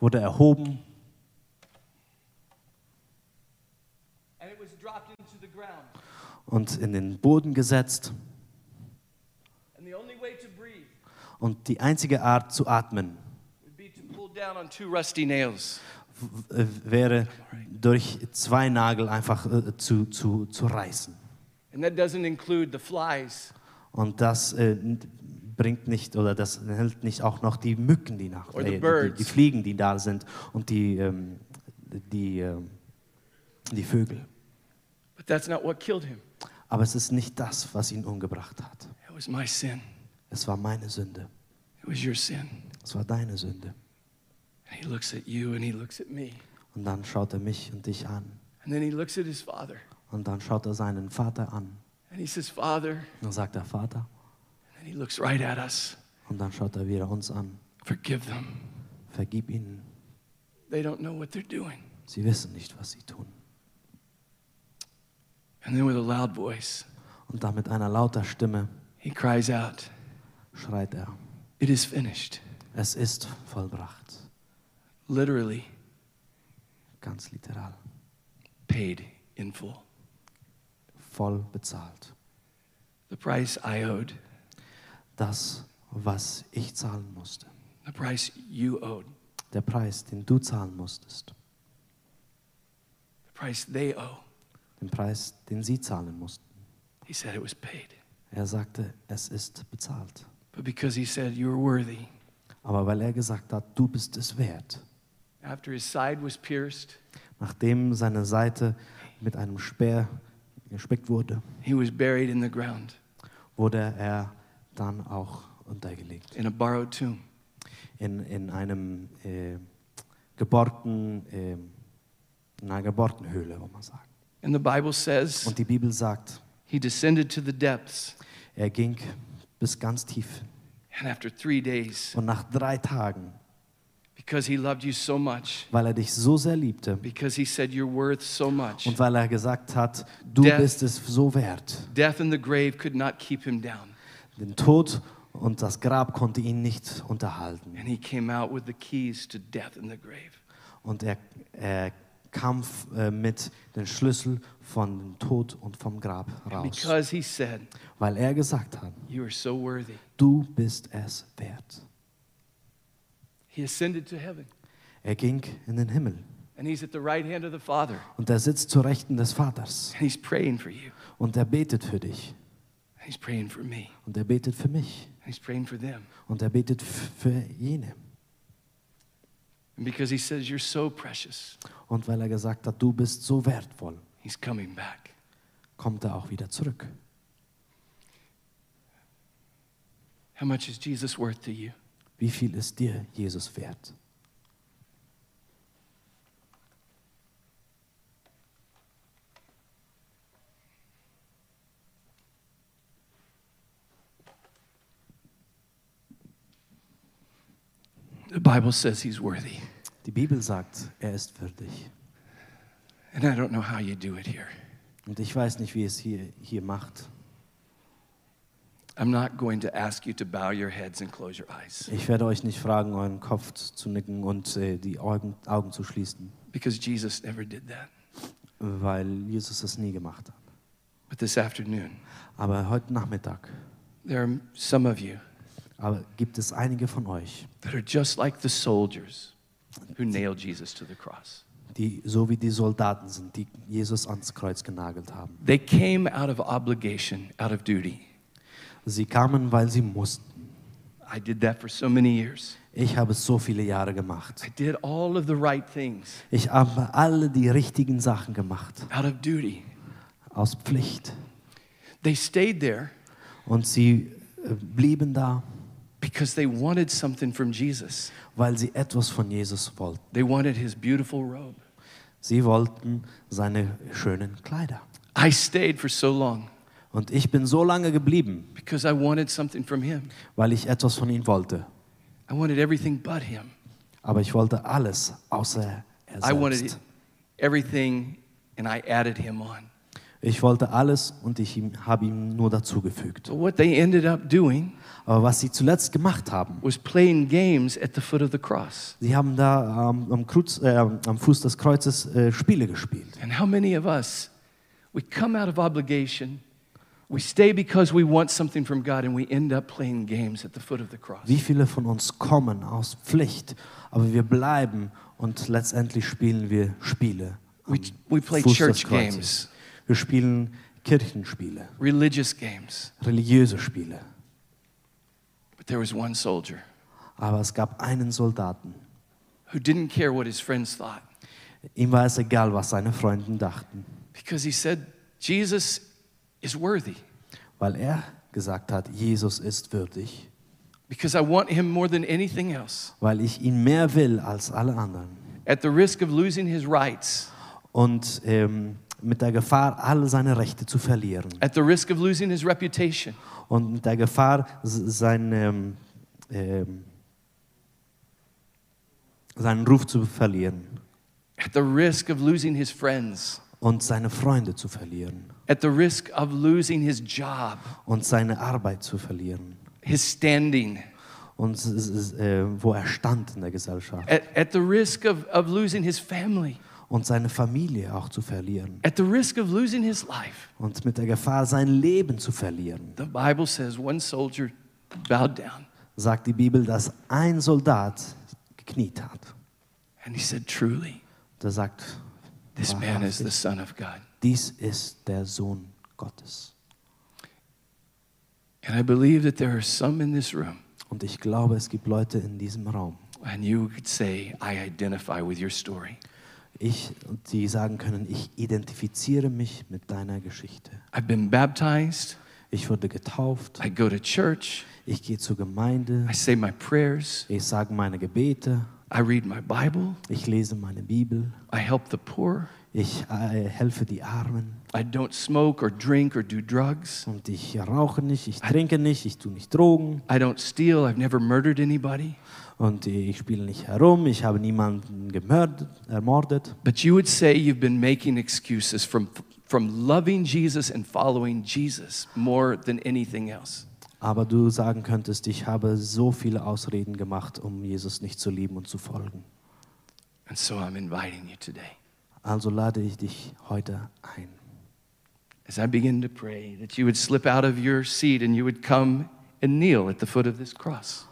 B: wurde erhoben
A: and it was dropped into the ground.
B: und in den Boden gesetzt.
A: And the only way to breathe
B: Und die einzige Art zu atmen
A: would be to pull down on two rusty nails.
B: w- w- wäre durch zwei Nagel einfach äh, zu, zu, zu reißen.
A: And that doesn't include the flies
B: Und das äh, n- bringt nicht oder das hält nicht auch noch die Mücken, die nach
A: Or the
B: äh, die,
A: birds.
B: die Fliegen, die da sind und die, ähm, die, ähm, die Vögel.
A: But that's not what killed him.
B: Aber es ist nicht das, was ihn umgebracht hat.
A: It was my sin.
B: Es war meine Sünde.
A: It was your sin.
B: Es war deine Sünde.
A: And he looks at you and he looks at me.
B: Und dann schaut er mich und dich an.
A: And then he looks at his father
B: Und dann schaut er seinen Vater an.
A: and he says, Father.
B: Und dann sagt er Vater.
A: And he looks right at us.
B: Und dann schaut er wieder uns an.
A: Forgive them.
B: Vergib ihnen.
A: They don't know what they're doing.
B: Sie wissen nicht, was sie tun.
A: And then with a loud voice,
B: Und dann mit einer lauter Stimme
A: he cries out,
B: schreit er.
A: It is finished.
B: Es ist vollbracht.
A: Literally
B: Ganz literal.
A: paid in full.
B: Voll bezahlt.
A: The price I owed,
B: Das, was ich zahlen musste.
A: the price you owed,
B: Der Preis, den du zahlen musstest.
A: the price they owe.
B: Den Preis, den sie zahlen mussten.
A: He said it was paid.
B: Er sagte, es ist bezahlt.
A: But because he said you were worthy,
B: Aber weil er gesagt hat, du bist es wert.
A: after his side was pierced,
B: Nachdem seine Seite mit einem Speer gespickt wurde,
A: He was buried in the ground
B: wurde er dann auch untergelegt.
A: in a borrowed tomb.
B: In, in einem äh, geborgten, äh, in einer geborgten Höhle, wo man sagt.
A: And the Bible says
B: Und die Bibel sagt,
A: he descended to the depths,
B: er ging bis ganz tief.
A: and after three days,
B: Und nach drei Tagen,
A: because he loved you so much,
B: weil er dich so sehr liebte
A: because he said you're worth so much,
B: und weil er gesagt hat, du
A: Death.
B: bist es so wert,
A: death and the grave could not keep him down.
B: den Tod und das Grab konnte ihn nicht unterhalten.
A: And he came out with the keys to death and the grave.
B: Und er, er kam äh, mit den Schlüssel von dem Tod und vom Grab
A: And
B: raus.
A: because he said,
B: Weil er gesagt hat,
A: You are so worthy,
B: du bist es wert.
A: he ascended to heaven,
B: Er ging in den Himmel
A: and he's at the right hand of the Father,
B: und er sitzt zu Rechten des Vaters
A: and he's praying for you,
B: und er betet für dich
A: and he's praying for me,
B: und er betet für mich
A: and he's praying for them.
B: und er betet f- für jene.
A: And because he says, You're so precious,
B: Und weil er gesagt hat, du bist so wertvoll,
A: he's coming back.
B: kommt er auch wieder zurück.
A: How much is Jesus worth to you?
B: Wie viel ist dir Jesus wert?
A: The Bible says he's worthy.
B: Die Bibel sagt, er ist würdig.
A: And I don't know how you do it here.
B: Und ich weiß nicht, wie es hier, hier macht.
A: I'm not going to ask you to bow your heads and close your eyes
B: Ich werde euch nicht fragen, euren Kopf zu nicken und äh, die Augen, Augen zu schließen,
A: because Jesus never did that.
B: weil Jesus es nie gemacht hat.
A: But this afternoon,
B: Aber heute Nachmittag
A: there are some of you
B: aber gibt es einige von euch,
A: that are just like the soldiers who nailed Jesus to the cross.
B: die so wie die Soldaten sind, die Jesus ans Kreuz genagelt haben.
A: They came out of obligation, out of duty.
B: Sie kamen, weil sie mussten.
A: I did that for so many years.
B: Ich habe es so viele Jahre gemacht.
A: I did all of the right things
B: Ich habe alle die richtigen Sachen gemacht,
A: out of duty.
B: aus Pflicht.
A: They stayed there
B: Und sie äh, blieben da,
A: because they wanted something from Jesus.
B: weil sie etwas von Jesus wollten.
A: They wanted his beautiful robe.
B: Sie wollten seine schönen Kleider.
A: I stayed for so long
B: Und ich bin so lange geblieben,
A: because I wanted something from him.
B: weil ich etwas von ihm wollte.
A: I wanted everything but him.
B: Aber ich wollte alles außer er
A: I wanted
B: selbst.
A: everything and I added him on.
B: Ich wollte alles und ich ihm- habe ihm nur dazugefügt.
A: So, what they ended up doing
B: Aber was sie zuletzt gemacht haben,
A: was playing games at the foot of the cross.
B: sie haben da ähm, am, Kreuz, äh, am Fuß des Kreuzes äh, Spiele gespielt.
A: And how many of us, we come out of obligation, we stay because we want something from God, and we end up playing games at the foot of the cross.
B: Wie viele von uns kommen aus Pflicht, aber wir bleiben und letztendlich spielen wir Spiele. am
A: We- we play
B: Fuß des
A: church
B: Kreuzes.
A: games.
B: Wir spielen Kirchenspiele,
A: Religious games.
B: religiöse Spiele.
A: But there was one soldier
B: Aber es gab einen Soldaten.
A: who didn't care what his friends thought
B: Ihm war es egal, was seine Freunde dachten,
A: because he said, Jesus is worthy,
B: weil er gesagt hat, Jesus ist würdig,
A: because I want him more than anything else.
B: weil ich ihn mehr will als alle anderen.
A: At the risk of losing his rights,
B: Und ähm, mit der Gefahr, alle seine Rechte zu verlieren.
A: at the risk of losing his reputation,
B: Und mit der Gefahr, s- sein, ähm, ähm, seinen Ruf zu verlieren
A: at the risk of losing his friends,
B: und seine Freunde zu verlieren
A: at the risk of losing his job,
B: und seine Arbeit zu verlieren
A: his standing,
B: und s- s- äh, wo er stand in der Gesellschaft
A: at, at the risk of, of losing his family,
B: und seine Familie auch zu verlieren.
A: at the risk of losing his life.
B: und mit der Gefahr, sein Leben zu verlieren,
A: The Bible says one soldier bowed down
B: sagt die Bibel, dass ein Soldat gekniet hat.
A: and he said, Truly,
B: Der sagt,
A: this man is the
B: wahrhaftig,
A: Son of God.
B: dies ist der Sohn Gottes.
A: And I believe that there are some in this room,
B: Und ich glaube, es gibt Leute in diesem Raum.
A: and you could say, I identify with your story.
B: Ich, und die sagen können, ich identifiziere mich mit deiner Geschichte.
A: I've been baptized.
B: Ich wurde getauft,
A: I go to church.
B: ich gehe zur Gemeinde,
A: I say my prayers.
B: ich sage meine Gebete,
A: I read my Bible.
B: ich lese meine Bibel,
A: I help the poor.
B: ich äh, helfe die Armen
A: I don't smoke or drink or do drugs.
B: und ich rauche nicht, ich trinke nicht, ich tue nicht Drogen
A: I don't steal. I've never murdered anybody.
B: und ich spiele nicht herum, ich habe niemanden gemordet, ermordet.
A: But you would say you've been making excuses from, from loving Jesus and following Jesus more than anything else.
B: Aber du sagen könntest, ich habe so viele Ausreden gemacht, um Jesus nicht zu lieben und zu folgen.
A: And so I'm inviting you today.
B: Also lade ich dich heute ein.
A: As I begin to pray, that you would slip out of your seat and you would come and kneel at the foot of this cross.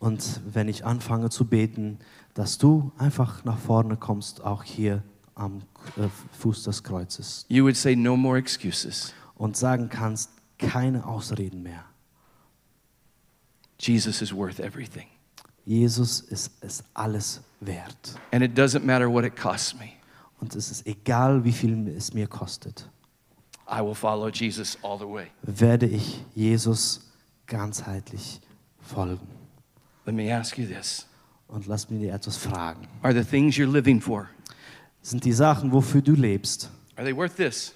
B: Und wenn ich anfange zu beten, dass du einfach nach vorne kommst, auch hier am äh, Fuß des Kreuzes
A: You would say, No more excuses.
B: und sagen kannst, keine Ausreden mehr.
A: Jesus is worth everything.
B: Jesus ist es alles wert.
A: And it doesn't matter what it costs me.
B: Und es ist egal, wie viel es mir kostet,
A: I will follow Jesus all the way.
B: werde ich Jesus ganzheitlich folgen.
A: Let me ask you this
B: Und lass mich dir etwas fragen.
A: Are the things you're living for,
B: Sind die Sachen, wofür du lebst,
A: are they worth this?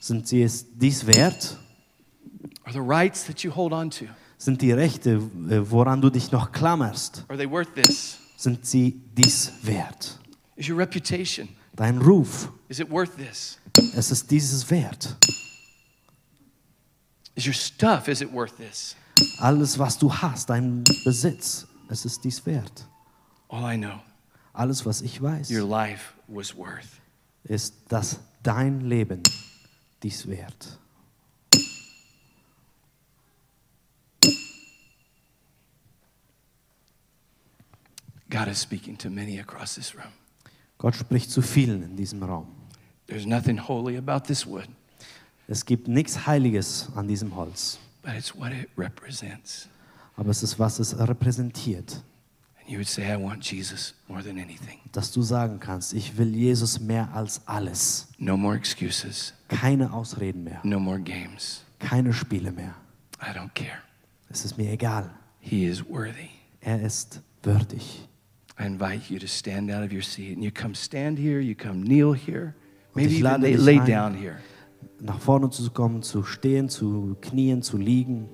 B: sind sie es dies wert?
A: Are the rights that you hold on to,
B: Sind die Rechte, äh, woran du dich noch klammerst,
A: are they worth this?
B: sind sie dies wert?
A: Is your reputation,
B: Dein Ruf,
A: is it worth this?
B: es ist dieses wert.
A: Is your stuff, is it worth this?
B: Alles, was du hast, dein Besitz, es ist dies wert.
A: All I know,
B: Alles, was ich weiß,
A: your life was worth.
B: ist, dass dein Leben dies wert.
A: God is speaking to many across this room.
B: Gott spricht zu vielen in diesem Raum.
A: There's nothing holy about this wood,
B: Es gibt nichts Heiliges an diesem Holz,
A: but it's what it represents.
B: aber es ist, was es repräsentiert.
A: And you would say, I want Jesus more than anything.
B: Dass du sagen kannst, ich will Jesus mehr als alles.
A: No more excuses,
B: Keine Ausreden mehr,
A: no more games.
B: keine Spiele mehr.
A: I don't care.
B: Es ist mir egal.
A: He is worthy.
B: Er ist würdig.
A: I invite you to stand out of your seat and you come stand here, you come kneel here,
B: Und
A: maybe
B: ich
A: even
B: lade
A: lay,
B: dich
A: lay
B: ein,
A: down here.
B: nach vorne zu kommen, zu stehen, zu knien, zu liegen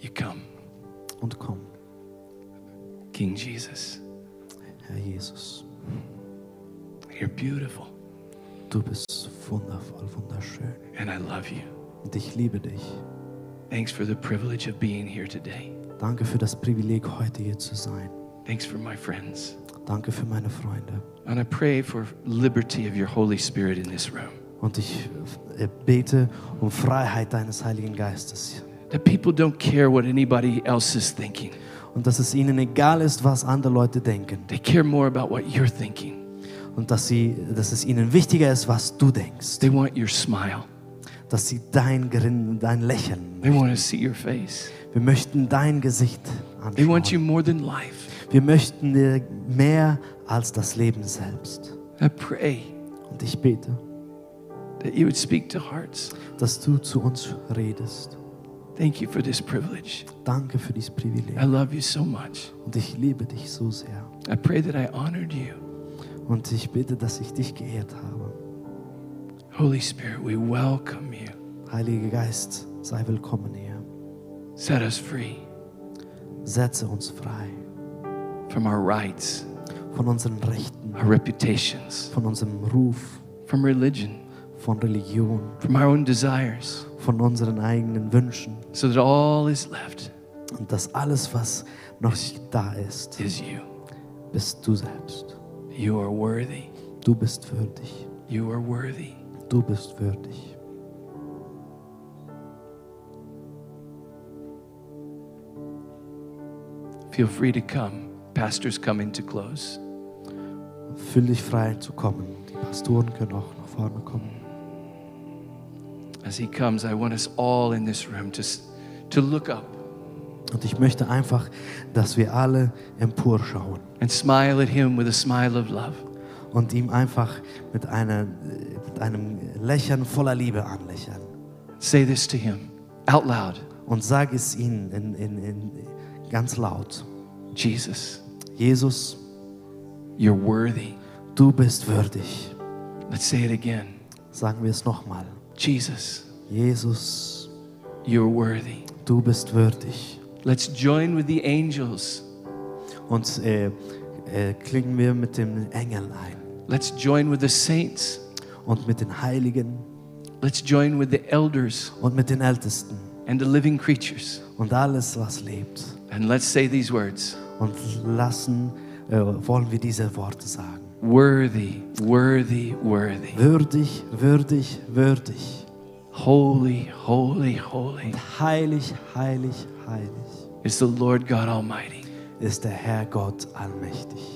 A: You come,
B: und komm,
A: King Jesus.
B: Herr Jesus.
A: You're beautiful,
B: Du bist wundervoll, wunderschön.
A: and I love you.
B: Und ich liebe dich.
A: Thanks for the privilege of being here today.
B: Danke für das Privileg, heute hier zu sein.
A: Thanks for my friends.
B: Danke für meine Freunde.
A: And I pray for liberty of your Holy Spirit in this room.
B: Und ich äh, bete um Freiheit deines Heiligen Geistes.
A: That people don't care what anybody else is thinking,
B: Und dass es ihnen egal ist, was andere Leute denken.
A: they care more about what you're thinking.
B: Und dass, sie, dass es ihnen wichtiger ist, was du denkst.
A: They want your smile,
B: Dass sie dein Grinsen, dein Lächeln
A: they want to see your face,
B: Wir möchten dein Gesicht
A: they want you
B: anschauen.
A: more than life.
B: Wir möchten dir mehr als das Leben selbst.
A: I pray
B: Und ich bete,
A: that you would speak to hearts.
B: dass du zu uns redest.
A: Thank you for this privilege.
B: Danke für dieses
A: I
B: Privileg.
A: love you so much.
B: Und ich liebe dich so sehr.
A: I pray that I honored you.
B: Und ich bete, dass ich dich geehrt habe.
A: Holy Spirit, we welcome you.
B: Heiliger Geist, sei willkommen hier.
A: Set us free
B: Setze uns frei
A: from our rights,
B: von unseren Rechten,
A: our reputations,
B: von unserem Ruf,
A: from religion,
B: von Religion,
A: from our own desires,
B: von unseren eigenen Wünschen.
A: so that all is left
B: Und dass alles, was noch da ist,
A: is you.
B: bist du selbst.
A: You are worthy.
B: Du bist würdig.
A: You are worthy.
B: Du bist würdig.
A: Feel free to come. Pastor's coming to close.
B: Fühl dich frei zu kommen. Die Pastoren können auch nach vorne kommen.
A: As he comes, I want us all in this room to, s- to look up
B: Und ich möchte einfach, dass wir alle emporschauen
A: and smile at him with a smile of love.
B: und ihm einfach mit, einer, mit einem Lächeln voller Liebe anlächeln.
A: Say this to him out loud
B: Und sag es ihnen in, in, in, ganz laut.
A: Jesus,
B: Jesus,
A: you're worthy.
B: du bist würdig.
A: Let's say it again
B: Sagen wir es nochmal.
A: Jesus,
B: Jesus,
A: you're worthy.
B: du bist würdig.
A: Let's join with the angels.
B: Und äh, äh, klingen wir mit den Engeln ein
A: Let's join with the saints.
B: und mit den Heiligen
A: Let's join with the elders
B: und mit den Ältesten
A: and the living creatures.
B: und alles, was lebt.
A: And let's say these words
B: Und lassen, äh, wollen wir diese Worte sagen.
A: Worthy, worthy, worthy.
B: Würdig, würdig, würdig.
A: Holy, holy, holy
B: Heilig, heilig, heilig
A: is the Lord God Almighty.
B: ist der Herr Gott allmächtig.